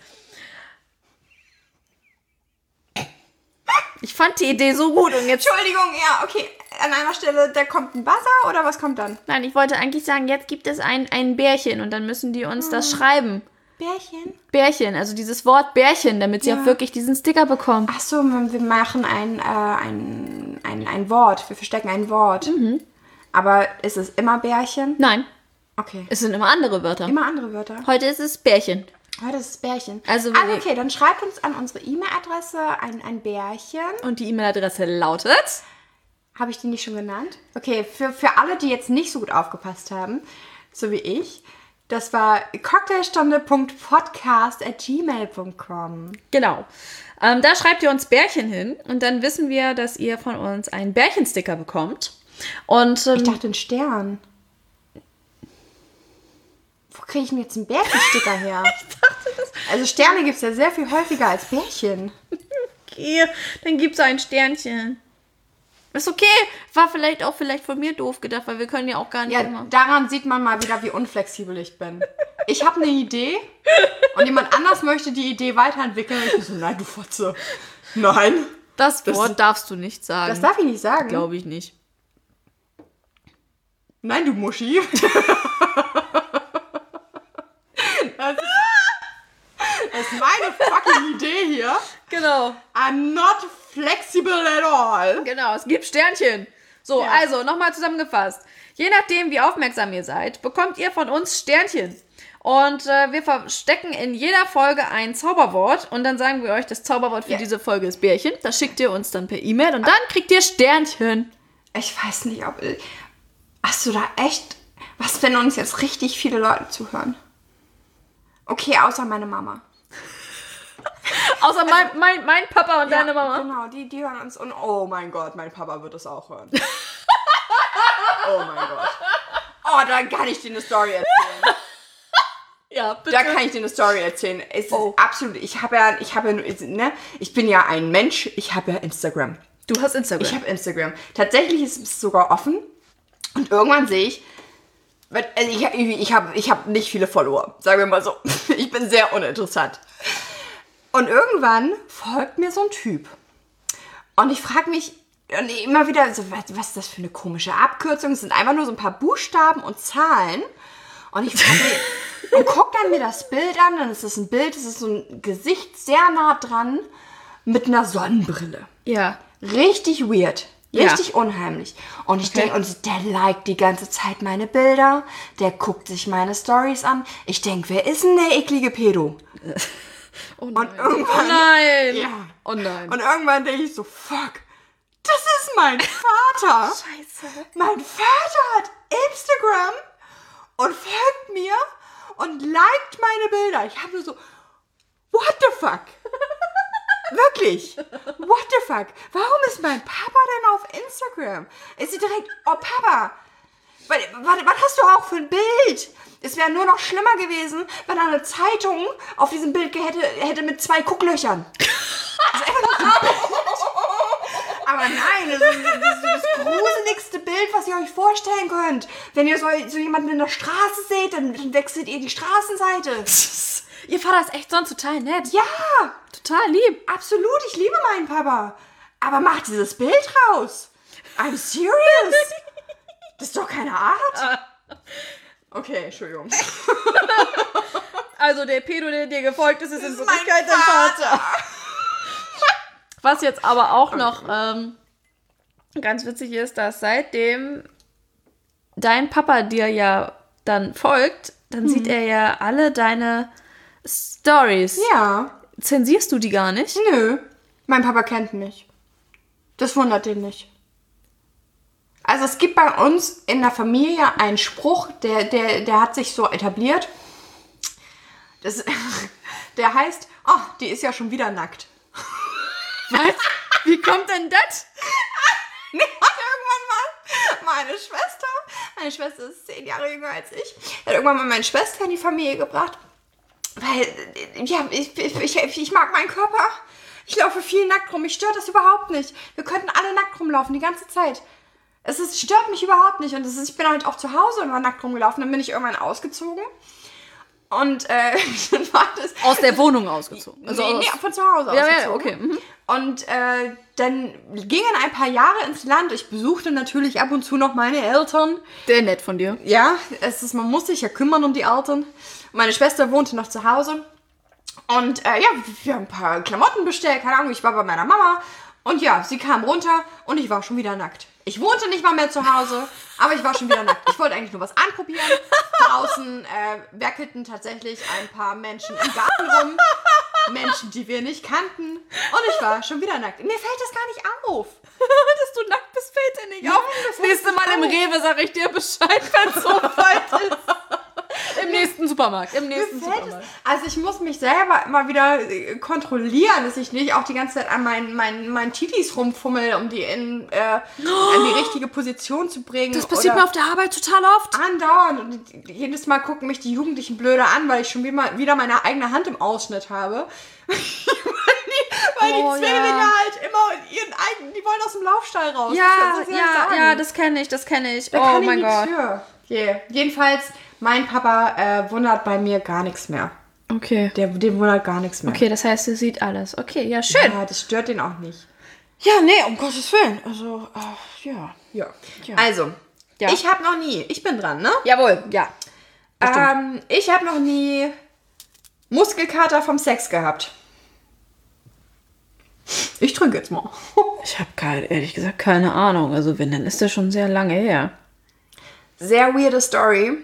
[SPEAKER 1] Ich fand die Idee so gut und jetzt.
[SPEAKER 3] Entschuldigung, ja, okay. An einer Stelle, da kommt ein Buzzer oder was kommt dann? Ah.
[SPEAKER 1] Nein, ich wollte eigentlich sagen, jetzt gibt es ein, ein Bärchen und dann müssen die uns das schreiben.
[SPEAKER 3] Bärchen.
[SPEAKER 1] Bärchen, also dieses Wort Bärchen, damit sie auch wirklich diesen Sticker bekommt.
[SPEAKER 3] Ach so, wir machen ein, äh, ein, ein, ein Wort. Wir verstecken ein Wort. Aber ist es immer Bärchen?
[SPEAKER 1] Nein,
[SPEAKER 3] Okay.
[SPEAKER 1] es sind immer andere Wörter.
[SPEAKER 3] Immer andere Wörter.
[SPEAKER 1] Heute ist es Bärchen.
[SPEAKER 3] Heute ist es Bärchen.
[SPEAKER 1] Also
[SPEAKER 3] ah,
[SPEAKER 1] wir-
[SPEAKER 3] okay, dann schreibt uns an unsere E-Mail-Adresse ein, ein Bärchen.
[SPEAKER 1] Und die E-Mail-Adresse lautet.
[SPEAKER 3] Habe ich die nicht schon genannt? Okay, für, für alle, die jetzt nicht so gut aufgepasst haben, so wie ich, das war cocktailstunde.podcast.gmail.com.
[SPEAKER 1] Genau. Ähm, da schreibt ihr uns Bärchen hin und dann wissen wir, dass ihr von uns einen Bärchensticker bekommt. Und ähm,
[SPEAKER 3] Ich dachte, ein Stern. Wo kriege ich denn jetzt einen Bärchensticker her? Also Sterne gibt es ja sehr viel häufiger als Bärchen.
[SPEAKER 1] okay, dann gibt's ein Sternchen. Ist okay. War vielleicht auch vielleicht von mir doof gedacht, weil wir können ja auch gar nicht
[SPEAKER 3] Ja,
[SPEAKER 1] immer.
[SPEAKER 3] daran sieht man mal wieder, wie unflexibel ich bin. Ich habe eine Idee und jemand anders möchte die Idee weiterentwickeln. Und ich bin so, nein, du Fotze. Nein.
[SPEAKER 1] Das Wort darfst du nicht sagen.
[SPEAKER 3] Das darf ich nicht sagen.
[SPEAKER 1] glaube ich nicht.
[SPEAKER 3] Nein, du Muschi. das, ist, das ist meine fucking Idee hier.
[SPEAKER 1] Genau,
[SPEAKER 3] I'm not flexible at all.
[SPEAKER 1] genau. Es gibt Sternchen. So,
[SPEAKER 3] Ja.
[SPEAKER 1] also nochmal zusammengefasst. Je nachdem, wie aufmerksam ihr seid, bekommt ihr von uns Sternchen. Und äh, wir verstecken in jeder Folge ein Zauberwort und dann sagen wir euch, das Zauberwort für
[SPEAKER 3] Ja.
[SPEAKER 1] diese Folge ist Bärchen. Das schickt ihr uns dann per E-Mail und dann kriegt ihr Sternchen.
[SPEAKER 3] Ich weiß nicht, ob. Hast du da echt. Was, wenn uns jetzt richtig viele Leute zuhören? Okay, außer meine Mama.
[SPEAKER 1] Außer mein, mein, mein Papa und deine
[SPEAKER 3] Ja,
[SPEAKER 1] Mama.
[SPEAKER 3] Genau, die, die hören uns. Und oh mein Gott, mein Papa wird es auch hören. oh mein Gott. Oh, da kann ich dir eine Story erzählen.
[SPEAKER 1] Ja, bitte. Oh.
[SPEAKER 3] Da kann ich dir eine Story erzählen. Es ist absolut. Ich habe ja, ich habe ja, nur- ne, ich bin ja ein Mensch. Ich habe ja Instagram.
[SPEAKER 1] du hast Instagram.
[SPEAKER 3] Ich habe Instagram. Tatsächlich ist es sogar offen. Und irgendwann sehe ich, weil- also ich, ich habe ich hab nicht viele Follower. Sagen wir mal so. Ich bin sehr uninteressant. Und irgendwann folgt mir so ein Typ. Und ich frage mich und immer wieder, so, was, was ist das für eine komische Abkürzung? Es sind einfach nur so ein paar Buchstaben und Zahlen. Und ich frag mich, und guck dann mir das Bild an, dann ist es ein Bild, es ist so ein Gesicht sehr nah dran mit einer Sonnenbrille.
[SPEAKER 1] ja.
[SPEAKER 3] Richtig weird.
[SPEAKER 1] Ja.
[SPEAKER 3] Richtig unheimlich. Und ich denke, und der liked die ganze Zeit meine Bilder, der guckt sich meine Stories an. Ich denke, wer ist denn der eklige Pedo? und
[SPEAKER 1] Oh
[SPEAKER 3] irgendwann,
[SPEAKER 1] nein.
[SPEAKER 3] Ja.
[SPEAKER 1] Oh nein.
[SPEAKER 3] und irgendwann denke ich so, fuck, das ist mein Vater. Scheiße. Mein Vater hat Instagram und folgt mir und liked meine Bilder. Ich habe nur so, what the fuck? Wirklich? What the fuck? Warum ist mein Papa denn auf Instagram? Ist sie direkt, oh Papa, was, was, was hast du auch für ein Bild? Es wäre nur noch schlimmer gewesen, wenn eine Zeitung auf diesem Bild ge- hätte, hätte mit zwei Gucklöchern. Das ist einfach nur so ein Bild. Aber nein, das ist das, ist das gruseligste Bild, was ihr euch vorstellen könnt. Wenn ihr so, so jemanden in der Straße seht, dann, dann wechselt ihr die Straßenseite.
[SPEAKER 1] Ihr Vater ist echt sonst total nett.
[SPEAKER 3] Ja!
[SPEAKER 1] Total lieb.
[SPEAKER 3] Absolut, ich liebe meinen Papa. Aber mach dieses Bild raus. I'm serious. Das ist doch keine Art. Okay, Entschuldigung. Ah. Das
[SPEAKER 1] Also der Pedo, der dir gefolgt ist, ist in
[SPEAKER 3] ist mein
[SPEAKER 1] Wirklichkeit dein Vater. Was jetzt aber auch noch ähm, ganz witzig ist, dass seitdem dein Papa dir ja dann folgt, dann sieht er ja alle deine Stories.
[SPEAKER 3] Ja,
[SPEAKER 1] Zensierst du die gar nicht?
[SPEAKER 3] nö. Mein Papa kennt mich. Das wundert ihn nicht. Also es gibt bei uns in der Familie einen Spruch, der, der, der hat sich so etabliert. Das, der heißt, oh, die ist ja schon wieder nackt.
[SPEAKER 1] Was? Wie kommt denn das?
[SPEAKER 3] Nee, hat irgendwann mal meine Schwester, meine Schwester ist zehn Jahre jünger als ich, hat irgendwann mal meine Schwester in die Familie gebracht, weil, äh, ja, ich, ich, ich, ich mag meinen Körper. Ich laufe viel nackt rum, mich stört das überhaupt nicht. Wir könnten alle nackt rumlaufen, die ganze Zeit. Es ist, stört mich überhaupt nicht und es ist, ich bin halt auch zu Hause und war nackt rumgelaufen, dann bin ich irgendwann ausgezogen und äh, dann war das...
[SPEAKER 1] Aus der Wohnung ausgezogen. Also
[SPEAKER 3] nee,
[SPEAKER 1] aus,
[SPEAKER 3] nee, von zu Hause aus.
[SPEAKER 1] Ja, ja, okay, mhm.
[SPEAKER 3] Und äh, dann gingen ein paar Jahre ins Land. Ich besuchte natürlich ab und zu noch meine Eltern.
[SPEAKER 1] Sehr nett von dir.
[SPEAKER 3] Ja, es ist, man muss sich ja kümmern um die Eltern. Meine Schwester wohnte noch zu Hause. Und äh, ja, wir haben ein paar Klamotten bestellt, keine Ahnung, ich war bei meiner Mama. Und ja, sie kam runter und ich war schon wieder nackt. Ich wohnte nicht mal mehr zu Hause, aber ich war schon wieder nackt. Ich wollte eigentlich nur was anprobieren. Draußen äh, werkelten tatsächlich ein paar Menschen im Garten rum. Menschen, die wir nicht kannten. Und ich war schon wieder nackt. Mir fällt das gar nicht auf.
[SPEAKER 1] Dass du nackt bist, fällt dir nicht auf. Das nächste Mal im Rewe sage ich dir Bescheid, wenn es so weit ist. Im nächsten Supermarkt. Im nächsten
[SPEAKER 3] Mir fällt es-
[SPEAKER 1] Supermarkt.
[SPEAKER 3] Also ich muss mich selber immer wieder äh, kontrollieren, dass ich nicht auch die ganze Zeit an meinen, meinen, meinen Titis rumfummel, um die in äh, an die richtige Position zu bringen.
[SPEAKER 4] Das passiert mir
[SPEAKER 3] oder Ah,
[SPEAKER 4] auf der Arbeit total oft.
[SPEAKER 3] andauernd. Und jedes Mal gucken mich die Jugendlichen blöde an, weil ich schon wieder, wieder meine eigene Hand im Ausschnitt habe. weil die, weil
[SPEAKER 1] Oh,
[SPEAKER 3] die Zwillinge
[SPEAKER 1] ja.
[SPEAKER 3] halt immer ihren eigenen, die wollen aus dem Laufstall raus.
[SPEAKER 1] Ja,
[SPEAKER 3] Das- das soll ich
[SPEAKER 1] ja,
[SPEAKER 3] sagen.
[SPEAKER 1] ja, das kenne ich, das kenne ich.
[SPEAKER 3] Da
[SPEAKER 1] oh
[SPEAKER 3] kann ich
[SPEAKER 1] mein
[SPEAKER 3] nichts
[SPEAKER 1] Gott.
[SPEAKER 3] Für. Yeah. Jedenfalls, mein Papa äh, wundert bei mir gar nichts mehr.
[SPEAKER 1] Okay.
[SPEAKER 3] Der, dem wundert gar nichts mehr.
[SPEAKER 1] Okay, das heißt, sie sieht alles. Okay, ja, schön.
[SPEAKER 3] Ja, das stört den auch nicht.
[SPEAKER 2] Ja, nee, um Gottes Willen. Also, äh, ja.
[SPEAKER 3] Ja. Also,
[SPEAKER 1] Ja.
[SPEAKER 3] ich habe noch nie, ich bin dran, ne?
[SPEAKER 1] Jawohl, ja.
[SPEAKER 3] Ähm, ich habe noch nie Muskelkater vom Sex gehabt. Ich trinke jetzt mal.
[SPEAKER 1] Ich habe keine, ehrlich gesagt keine Ahnung. Also wenn, dann ist das schon sehr lange her.
[SPEAKER 3] Sehr weirde Story.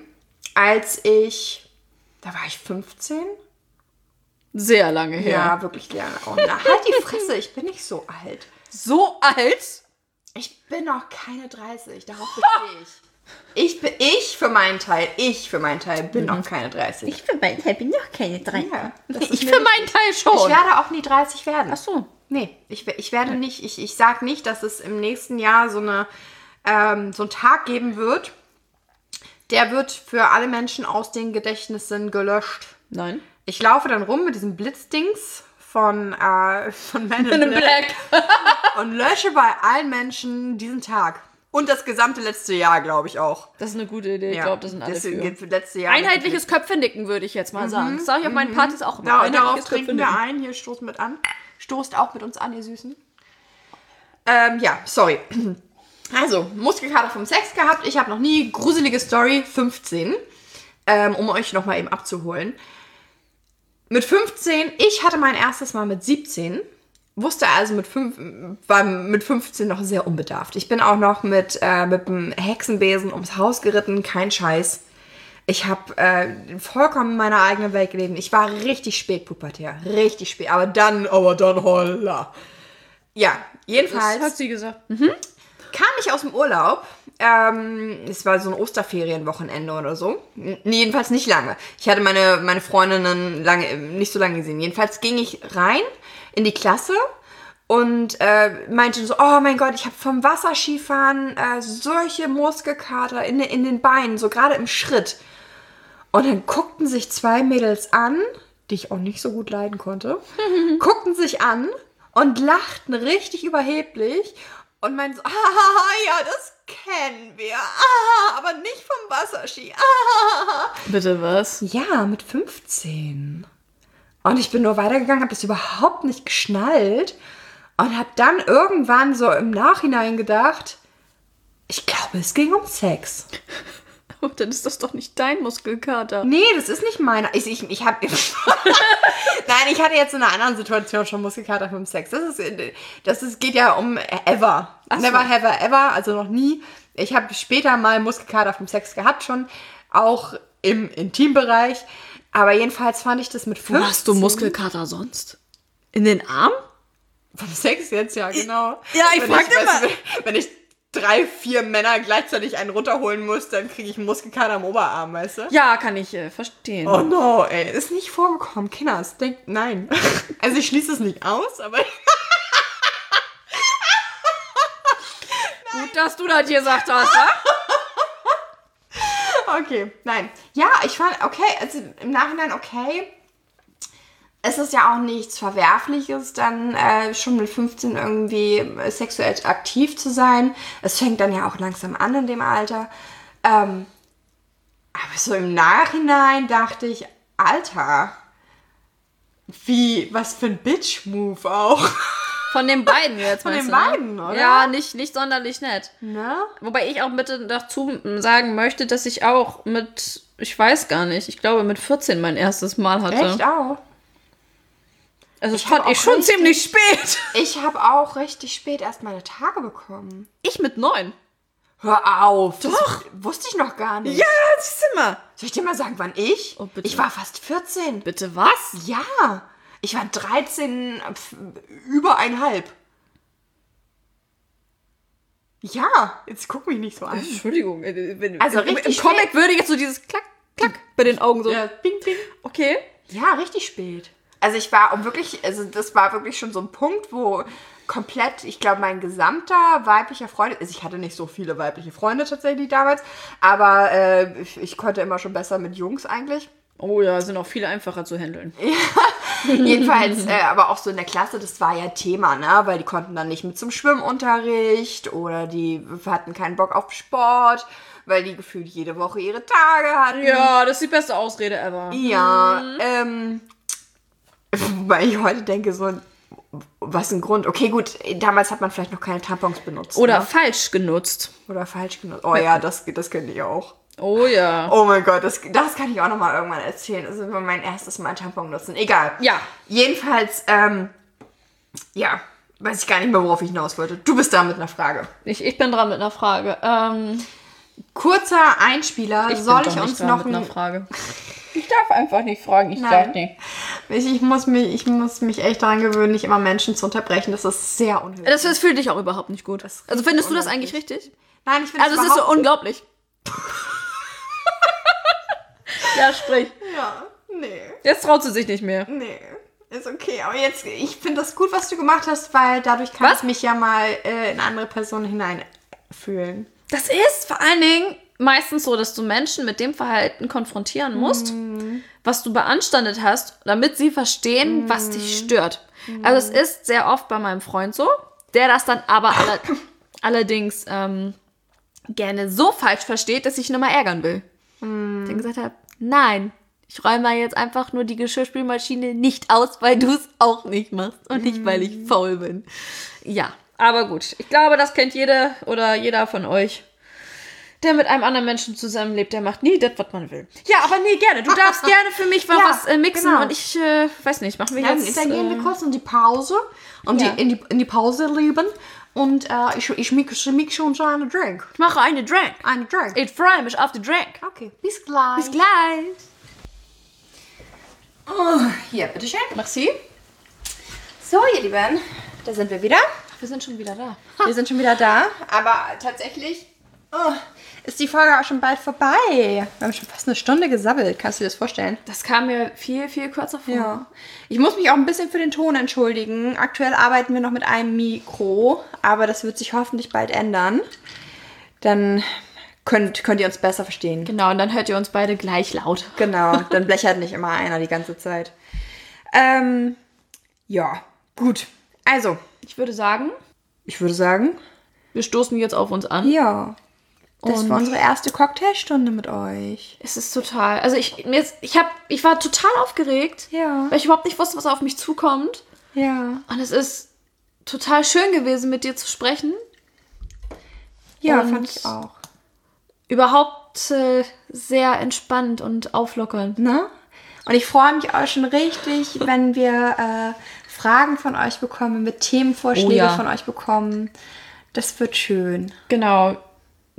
[SPEAKER 3] Als ich, da war ich 15?
[SPEAKER 1] Sehr lange her.
[SPEAKER 3] Ja, wirklich gerne. Oh, na, halt die Fresse, ich bin nicht so alt.
[SPEAKER 1] So alt?
[SPEAKER 3] Ich bin noch keine 30, darauf bestehe ich. Ich, bin, ich für meinen Teil, ich für meinen Teil bin noch keine 30.
[SPEAKER 1] Ich für meinen Teil bin noch keine drei.
[SPEAKER 3] ja, das ist
[SPEAKER 1] Ich
[SPEAKER 3] mir
[SPEAKER 1] für
[SPEAKER 3] nicht-
[SPEAKER 1] meinen Teil
[SPEAKER 3] Ich
[SPEAKER 1] schon.
[SPEAKER 3] werde auch nie 30 werden.
[SPEAKER 1] Ach so.
[SPEAKER 3] Nee, ich, we- ich werde nicht, ich, ich sage nicht, dass es im nächsten Jahr so, eine, ähm, so einen Tag geben wird. Der wird für alle Menschen aus den Gedächtnissen gelöscht.
[SPEAKER 1] Nein.
[SPEAKER 3] Ich laufe dann rum mit diesem Blitzdings von, äh, von Men in Black
[SPEAKER 1] Black.
[SPEAKER 3] und lösche bei allen Menschen diesen Tag. Und das gesamte letzte Jahr, glaube ich auch.
[SPEAKER 1] Das ist eine gute Idee. Ich glaube, das sind alle
[SPEAKER 3] deswegen
[SPEAKER 1] für.
[SPEAKER 3] gibt es letzte Jahr
[SPEAKER 1] Einheitliches Köpfenicken würde ich jetzt mal sagen. Das sage ich auf meinen Partys auch immer.
[SPEAKER 3] Da, Mhm. Genau, darauf
[SPEAKER 1] Einheitliches
[SPEAKER 3] trinken wir ein. Hier stoßen mit an. Stoßt auch mit uns an, ihr Süßen. Ähm, ja, sorry. Also, Muskelkater vom Sex gehabt. Ich habe noch nie gruselige Story 15. Ähm, um euch nochmal eben abzuholen. Mit 15, ich hatte mein erstes Mal mit 17. Wusste also mit fünf, war mit 15 noch sehr unbedarft. Ich bin auch noch mit, äh, mit dem Hexenbesen ums Haus geritten, kein Scheiß. Ich habe äh, vollkommen in meiner eigenen Welt gelebt. Ich war richtig spät pubertär. Richtig spät. Aber dann, aber dann holla. Ja, jedenfalls
[SPEAKER 1] Das hat sie gesagt.
[SPEAKER 3] kam ich aus dem Urlaub. Ähm, es war so ein Osterferienwochenende oder so. N jedenfalls nicht lange. Ich hatte meine, meine Freundinnen lange, nicht so lange gesehen. Jedenfalls ging ich rein in die Klasse und äh, meinte so, oh mein Gott, ich habe vom Wasserskifahren äh, solche Muskelkater in, den- in den Beinen, so gerade im Schritt. Und dann guckten sich zwei Mädels an, die ich auch nicht so gut leiden konnte, guckten sich an und lachten richtig überheblich und meinten so, ah, ja, das kennen wir, ah, aber nicht vom Wasserski. Ah.
[SPEAKER 1] Bitte was?
[SPEAKER 3] Ja, mit 15. Und ich bin nur weitergegangen, habe das überhaupt nicht geschnallt und habe dann irgendwann so im Nachhinein gedacht, ich glaube, es ging um Sex.
[SPEAKER 1] Oh, dann ist das doch nicht dein Muskelkater.
[SPEAKER 3] Nee, das ist nicht meine. Ich, ich, ich habe. Nein, ich hatte jetzt in einer anderen Situation schon Muskelkater vom Sex. Das ist, das ist, geht ja um ever. Never, ever, ever. Also noch nie. Ich habe später mal Muskelkater vom Sex gehabt schon. Auch im Intimbereich. Aber jedenfalls fand ich das mit 15.
[SPEAKER 1] Hast du Muskelkater sonst? In den Arm?
[SPEAKER 3] Vom Sex jetzt, ja, genau.
[SPEAKER 1] Ja, ich
[SPEAKER 3] Wenn
[SPEAKER 1] frag
[SPEAKER 3] weißt
[SPEAKER 1] immer.
[SPEAKER 3] du, Wenn, wenn ich drei, vier Männer gleichzeitig einen runterholen muss, dann kriege ich einen Muskelkater am Oberarm, weißt du?
[SPEAKER 1] Ja, kann ich äh, verstehen.
[SPEAKER 3] Oh no, ey, ist nicht vorgekommen. Kinder, es denkt, nein. Also ich schließe es nicht aus, aber
[SPEAKER 1] Gut, dass du das hier gesagt hast, wa?
[SPEAKER 3] okay, nein. Ja, ich fand, okay, also im Nachhinein okay. Es ist ja auch nichts Verwerfliches, dann äh, schon mit 15 irgendwie sexuell aktiv zu sein. Es fängt dann ja auch langsam an in dem Alter. Ähm, aber so im Nachhinein dachte ich, Alter, wie, was für ein Bitch-Move auch.
[SPEAKER 1] Von den beiden jetzt, Von
[SPEAKER 3] den beiden, oder?
[SPEAKER 1] Ja, nicht, nicht sonderlich nett.
[SPEAKER 3] Ne?
[SPEAKER 1] hm, Wobei ich auch bitte dazu sagen möchte, dass ich auch mit ich weiß gar nicht, ich glaube mit 14 mein erstes Mal hatte.
[SPEAKER 3] Echt auch.
[SPEAKER 1] Also das
[SPEAKER 3] Ich hab
[SPEAKER 1] fand ich
[SPEAKER 3] auch
[SPEAKER 1] schon
[SPEAKER 3] richtig-
[SPEAKER 1] ziemlich spät.
[SPEAKER 3] Ich habe auch richtig spät erst meine Tage bekommen.
[SPEAKER 1] Ich mit 9.
[SPEAKER 3] Hör auf. Doch. Das wusste ich noch gar nicht.
[SPEAKER 1] Ja, siehst du mal.
[SPEAKER 3] Soll ich dir mal sagen, wann ich?
[SPEAKER 1] Oh, bitte.
[SPEAKER 3] Ich war fast 14.
[SPEAKER 1] Bitte was?
[SPEAKER 3] Ja. Ich war 13, pf, über einhalb. Ja, jetzt guck mich nicht so an.
[SPEAKER 1] Entschuldigung. äh, wenn-
[SPEAKER 3] Also
[SPEAKER 1] im- Im
[SPEAKER 3] richtig
[SPEAKER 1] Comic würde jetzt so dieses Klack, Klack bei den Augen so.
[SPEAKER 3] bing, bing.
[SPEAKER 1] Okay.
[SPEAKER 3] Ja, richtig spät. Also ich war um wirklich, also das war wirklich schon so ein Punkt, wo komplett, ich glaube, mein gesamter weiblicher Freunde, also ich hatte nicht so viele weibliche Freunde tatsächlich damals, aber äh, ich, ich konnte immer schon besser mit Jungs eigentlich.
[SPEAKER 1] Oh ja, sind auch viele einfacher zu handeln.
[SPEAKER 3] Jedenfalls, äh, aber auch so in der Klasse, das war ja Thema, ne? Weil die konnten dann nicht mit zum Schwimmunterricht oder die hatten keinen Bock auf Sport, weil die gefühlt jede Woche ihre Tage hatten.
[SPEAKER 1] Ja, das ist die beste Ausrede ever.
[SPEAKER 3] Ja,
[SPEAKER 1] Mhm.
[SPEAKER 3] ähm, weil ich heute denke, so, was ein Grund. Okay, gut, damals hat man vielleicht noch keine Tampons benutzt.
[SPEAKER 1] Oder
[SPEAKER 3] ne?
[SPEAKER 1] falsch genutzt.
[SPEAKER 3] Oder falsch genutzt. Oh ja, das, das könnte ich auch.
[SPEAKER 1] Oh ja.
[SPEAKER 3] Oh mein Gott, das, das kann ich auch nochmal irgendwann erzählen. Das ist immer mein erstes Mal Tampon nutzen. Egal.
[SPEAKER 1] Ja.
[SPEAKER 3] Jedenfalls, ähm, ja, weiß ich gar nicht mehr, worauf ich hinaus wollte. Du bist da mit einer Frage.
[SPEAKER 1] Ich, ich bin dran mit einer Frage. Ähm,
[SPEAKER 3] Kurzer Einspieler.
[SPEAKER 1] bin
[SPEAKER 3] Soll
[SPEAKER 1] doch
[SPEAKER 3] ich
[SPEAKER 1] nicht
[SPEAKER 3] uns
[SPEAKER 1] dran
[SPEAKER 3] noch
[SPEAKER 1] mit einer
[SPEAKER 3] ein
[SPEAKER 1] Frage?
[SPEAKER 5] Ich darf einfach nicht fragen, ich
[SPEAKER 3] Nein.
[SPEAKER 5] darf nicht.
[SPEAKER 3] Ich, ich, muss mich, ich muss mich echt daran gewöhnen, nicht immer Menschen zu unterbrechen. Das ist sehr unhöflich.
[SPEAKER 1] Das, das fühlt dich auch überhaupt nicht gut.
[SPEAKER 3] ist
[SPEAKER 1] Also findest du das eigentlich richtig?
[SPEAKER 3] Nein, ich finde
[SPEAKER 1] Also es ist so unglaublich. ja, sprich.
[SPEAKER 3] Ja, nee,
[SPEAKER 1] Jetzt traut sie sich nicht mehr.
[SPEAKER 3] nee. Ist okay. Aber jetzt, ich finde das gut, was du gemacht hast, weil dadurch kann
[SPEAKER 1] Was?
[SPEAKER 3] ich mich ja mal äh, in andere Personen hineinfühlen.
[SPEAKER 1] Das ist vor allen Dingen meistens so, dass du Menschen mit dem Verhalten konfrontieren musst, was du beanstandet hast, damit sie verstehen, was dich stört. Also es ist sehr oft bei meinem Freund so, der das dann aber alle, allerdings ähm, gerne so falsch versteht, dass ich ihn immer ärgern will. Dann gesagt habe, nein, ich räume jetzt einfach nur die Geschirrspülmaschine nicht aus, weil du es auch nicht machst und nicht, weil ich faul bin. Ja, Hm. aber gut. Ich glaube, das kennt jede oder jeder von euch, der mit einem anderen Menschen zusammenlebt. Der macht nie das, was man will. Ja, aber nee, gerne. Du darfst gerne für mich mal
[SPEAKER 3] Ja,
[SPEAKER 1] was äh, mixen
[SPEAKER 3] genau.
[SPEAKER 1] und ich, äh, weiß nicht, machen wir
[SPEAKER 3] Dann,
[SPEAKER 1] jetzt...
[SPEAKER 3] dann gehen
[SPEAKER 1] äh,
[SPEAKER 3] wir kurz in die Pause. Und
[SPEAKER 1] ja.
[SPEAKER 3] die, in, die, in die Pause leben. Und äh, ich, ich mixe mix schon so einen Drink.
[SPEAKER 1] ich mache äh, eine Drink.
[SPEAKER 3] Einen Drink.
[SPEAKER 1] Ich freue mich auf die Drink.
[SPEAKER 3] okay, bis gleich.
[SPEAKER 1] Bis gleich.
[SPEAKER 3] Oh, Hier, bitteschön.
[SPEAKER 1] Merci.
[SPEAKER 3] So, ihr Lieben, da sind wir wieder.
[SPEAKER 1] Wir sind schon wieder da.
[SPEAKER 3] Wir sind schon wieder da, aber tatsächlich oh, ist die Folge auch schon bald vorbei. Wir haben schon fast eine Stunde gesabbelt, kannst du dir das vorstellen?
[SPEAKER 1] Das kam mir viel, viel kürzer vor.
[SPEAKER 3] Ja. Ich muss mich auch ein bisschen für den Ton entschuldigen. Aktuell arbeiten wir noch mit einem Mikro, aber das wird sich hoffentlich bald ändern. Dann könnt, könnt ihr uns besser verstehen.
[SPEAKER 1] Genau, und dann hört ihr uns beide gleich laut.
[SPEAKER 3] Genau, dann blechert nicht immer einer die ganze Zeit. Ähm, ja, gut. Also,
[SPEAKER 1] Ich würde sagen,
[SPEAKER 3] ich würde sagen,
[SPEAKER 1] wir stoßen jetzt auf uns an.
[SPEAKER 3] ja. Das
[SPEAKER 1] Und-
[SPEAKER 3] war unsere erste Cocktailstunde mit euch.
[SPEAKER 1] Es ist total. Also ich, mir ist, ich hab, ich war total aufgeregt,
[SPEAKER 3] Ja.
[SPEAKER 1] weil ich überhaupt nicht wusste, was auf mich zukommt.
[SPEAKER 3] Ja.
[SPEAKER 1] Und es ist total schön gewesen, mit dir zu sprechen.
[SPEAKER 3] Ja,
[SPEAKER 1] Und-
[SPEAKER 3] Oh, fand ich auch.
[SPEAKER 1] Überhaupt äh, sehr entspannt und auflockernd.
[SPEAKER 3] Ne? Und ich freue mich auch schon richtig, wenn wir äh, Fragen von euch bekommen, wenn wir Themenvorschläge
[SPEAKER 1] Oh ja.
[SPEAKER 3] von euch bekommen. Das wird schön.
[SPEAKER 1] Genau.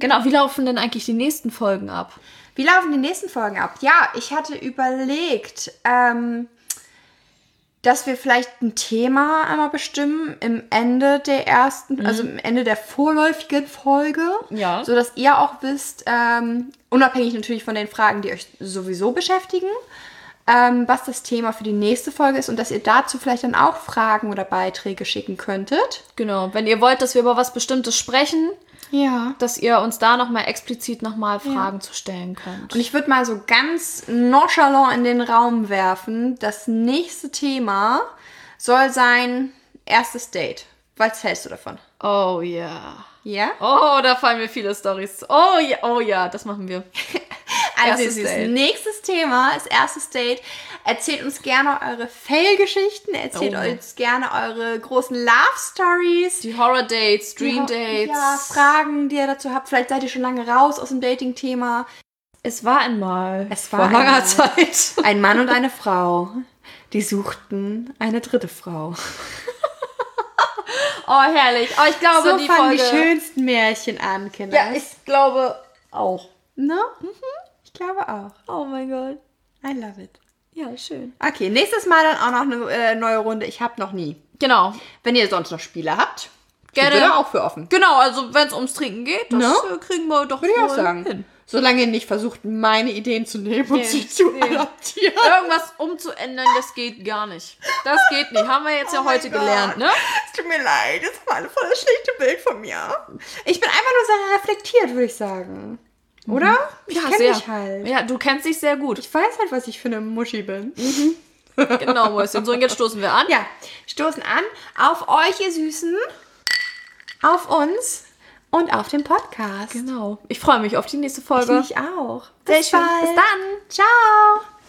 [SPEAKER 1] Genau, wie laufen denn eigentlich die nächsten Folgen ab?
[SPEAKER 3] Wie laufen die nächsten Folgen ab? Ja, ich hatte überlegt, ähm, dass wir vielleicht ein Thema einmal bestimmen im Ende der ersten, also im Ende der vorläufigen Folge.
[SPEAKER 1] Ja.
[SPEAKER 3] So dass ihr auch wisst, ähm, unabhängig natürlich von den Fragen, die euch sowieso beschäftigen, ähm, was das Thema für die nächste Folge ist und dass ihr dazu vielleicht dann auch Fragen oder Beiträge schicken könntet.
[SPEAKER 1] Genau, wenn ihr wollt, dass wir über was Bestimmtes sprechen,
[SPEAKER 3] Ja.
[SPEAKER 1] dass ihr uns da nochmal explizit nochmal Fragen zu stellen könnt.
[SPEAKER 3] Und ich würde mal so ganz nonchalant in den Raum werfen, das nächste Thema soll sein erstes Date. Was hältst du davon?
[SPEAKER 1] Oh ja.
[SPEAKER 3] Ja?
[SPEAKER 1] Oh, da fallen mir viele Stories. Oh ja, oh ja, das machen wir.
[SPEAKER 3] Also
[SPEAKER 1] erstes
[SPEAKER 3] das
[SPEAKER 1] Date.
[SPEAKER 3] nächstes Thema ist erstes Date. Erzählt uns gerne eure Fail-Geschichten, erzählt
[SPEAKER 1] Oh.
[SPEAKER 3] uns gerne eure großen Love-Stories.
[SPEAKER 1] Die Horror Dates, Dream Dates.
[SPEAKER 3] Ja, Fragen, die ihr dazu habt. Vielleicht seid ihr schon lange raus aus dem Dating-Thema.
[SPEAKER 1] Es war einmal.
[SPEAKER 2] Es war
[SPEAKER 1] vor langer
[SPEAKER 2] einmal.
[SPEAKER 1] Zeit.
[SPEAKER 2] Ein Mann und eine Frau, die suchten eine dritte Frau.
[SPEAKER 1] Oh, herrlich. Oh, ich glaube,
[SPEAKER 3] So
[SPEAKER 1] die
[SPEAKER 3] fangen
[SPEAKER 1] Folge.
[SPEAKER 3] die schönsten Märchen an, Kinder.
[SPEAKER 5] Ja, ich glaube auch.
[SPEAKER 3] Ne? Ich glaube auch.
[SPEAKER 1] Oh mein Gott.
[SPEAKER 3] I love it.
[SPEAKER 1] Ja, schön.
[SPEAKER 3] Okay, nächstes Mal dann auch noch eine äh, neue Runde. Ich hab noch nie.
[SPEAKER 1] Genau.
[SPEAKER 3] Wenn ihr sonst noch Spiele habt,
[SPEAKER 1] Gerne.
[SPEAKER 3] Ich bin da auch für offen.
[SPEAKER 1] Genau, also wenn es ums Trinken geht, das
[SPEAKER 3] Ne?
[SPEAKER 1] äh, kriegen wir doch
[SPEAKER 3] Würde ich auch
[SPEAKER 1] wohl
[SPEAKER 3] sagen.
[SPEAKER 1] hin.
[SPEAKER 3] Solange ihr nicht versucht, meine Ideen zu nehmen und sie zu adaptieren.
[SPEAKER 1] Irgendwas umzuändern, das geht gar nicht. Das geht nicht. Haben wir jetzt
[SPEAKER 3] Oh
[SPEAKER 1] ja heute gelernt, ne?
[SPEAKER 3] Es tut mir leid, das war ein voll das schlechte Bild von mir. Ich bin einfach nur sehr reflektiert, würde ich sagen. Oder? Ich kenn mich halt.
[SPEAKER 1] Mhm. Ja, du kennst dich sehr gut.
[SPEAKER 3] Ich weiß halt, was ich für eine Muschi bin.
[SPEAKER 1] Genau, Mäuschen. So, und jetzt stoßen wir an.
[SPEAKER 3] Ja, stoßen an auf euch, ihr Süßen, auf uns und auf den Podcast.
[SPEAKER 1] Genau. Ich freue mich auf die nächste Folge.
[SPEAKER 3] Ich auch.
[SPEAKER 1] Sehr
[SPEAKER 3] Bis
[SPEAKER 1] schön. Bis
[SPEAKER 3] bald.
[SPEAKER 1] dann.
[SPEAKER 3] Ciao.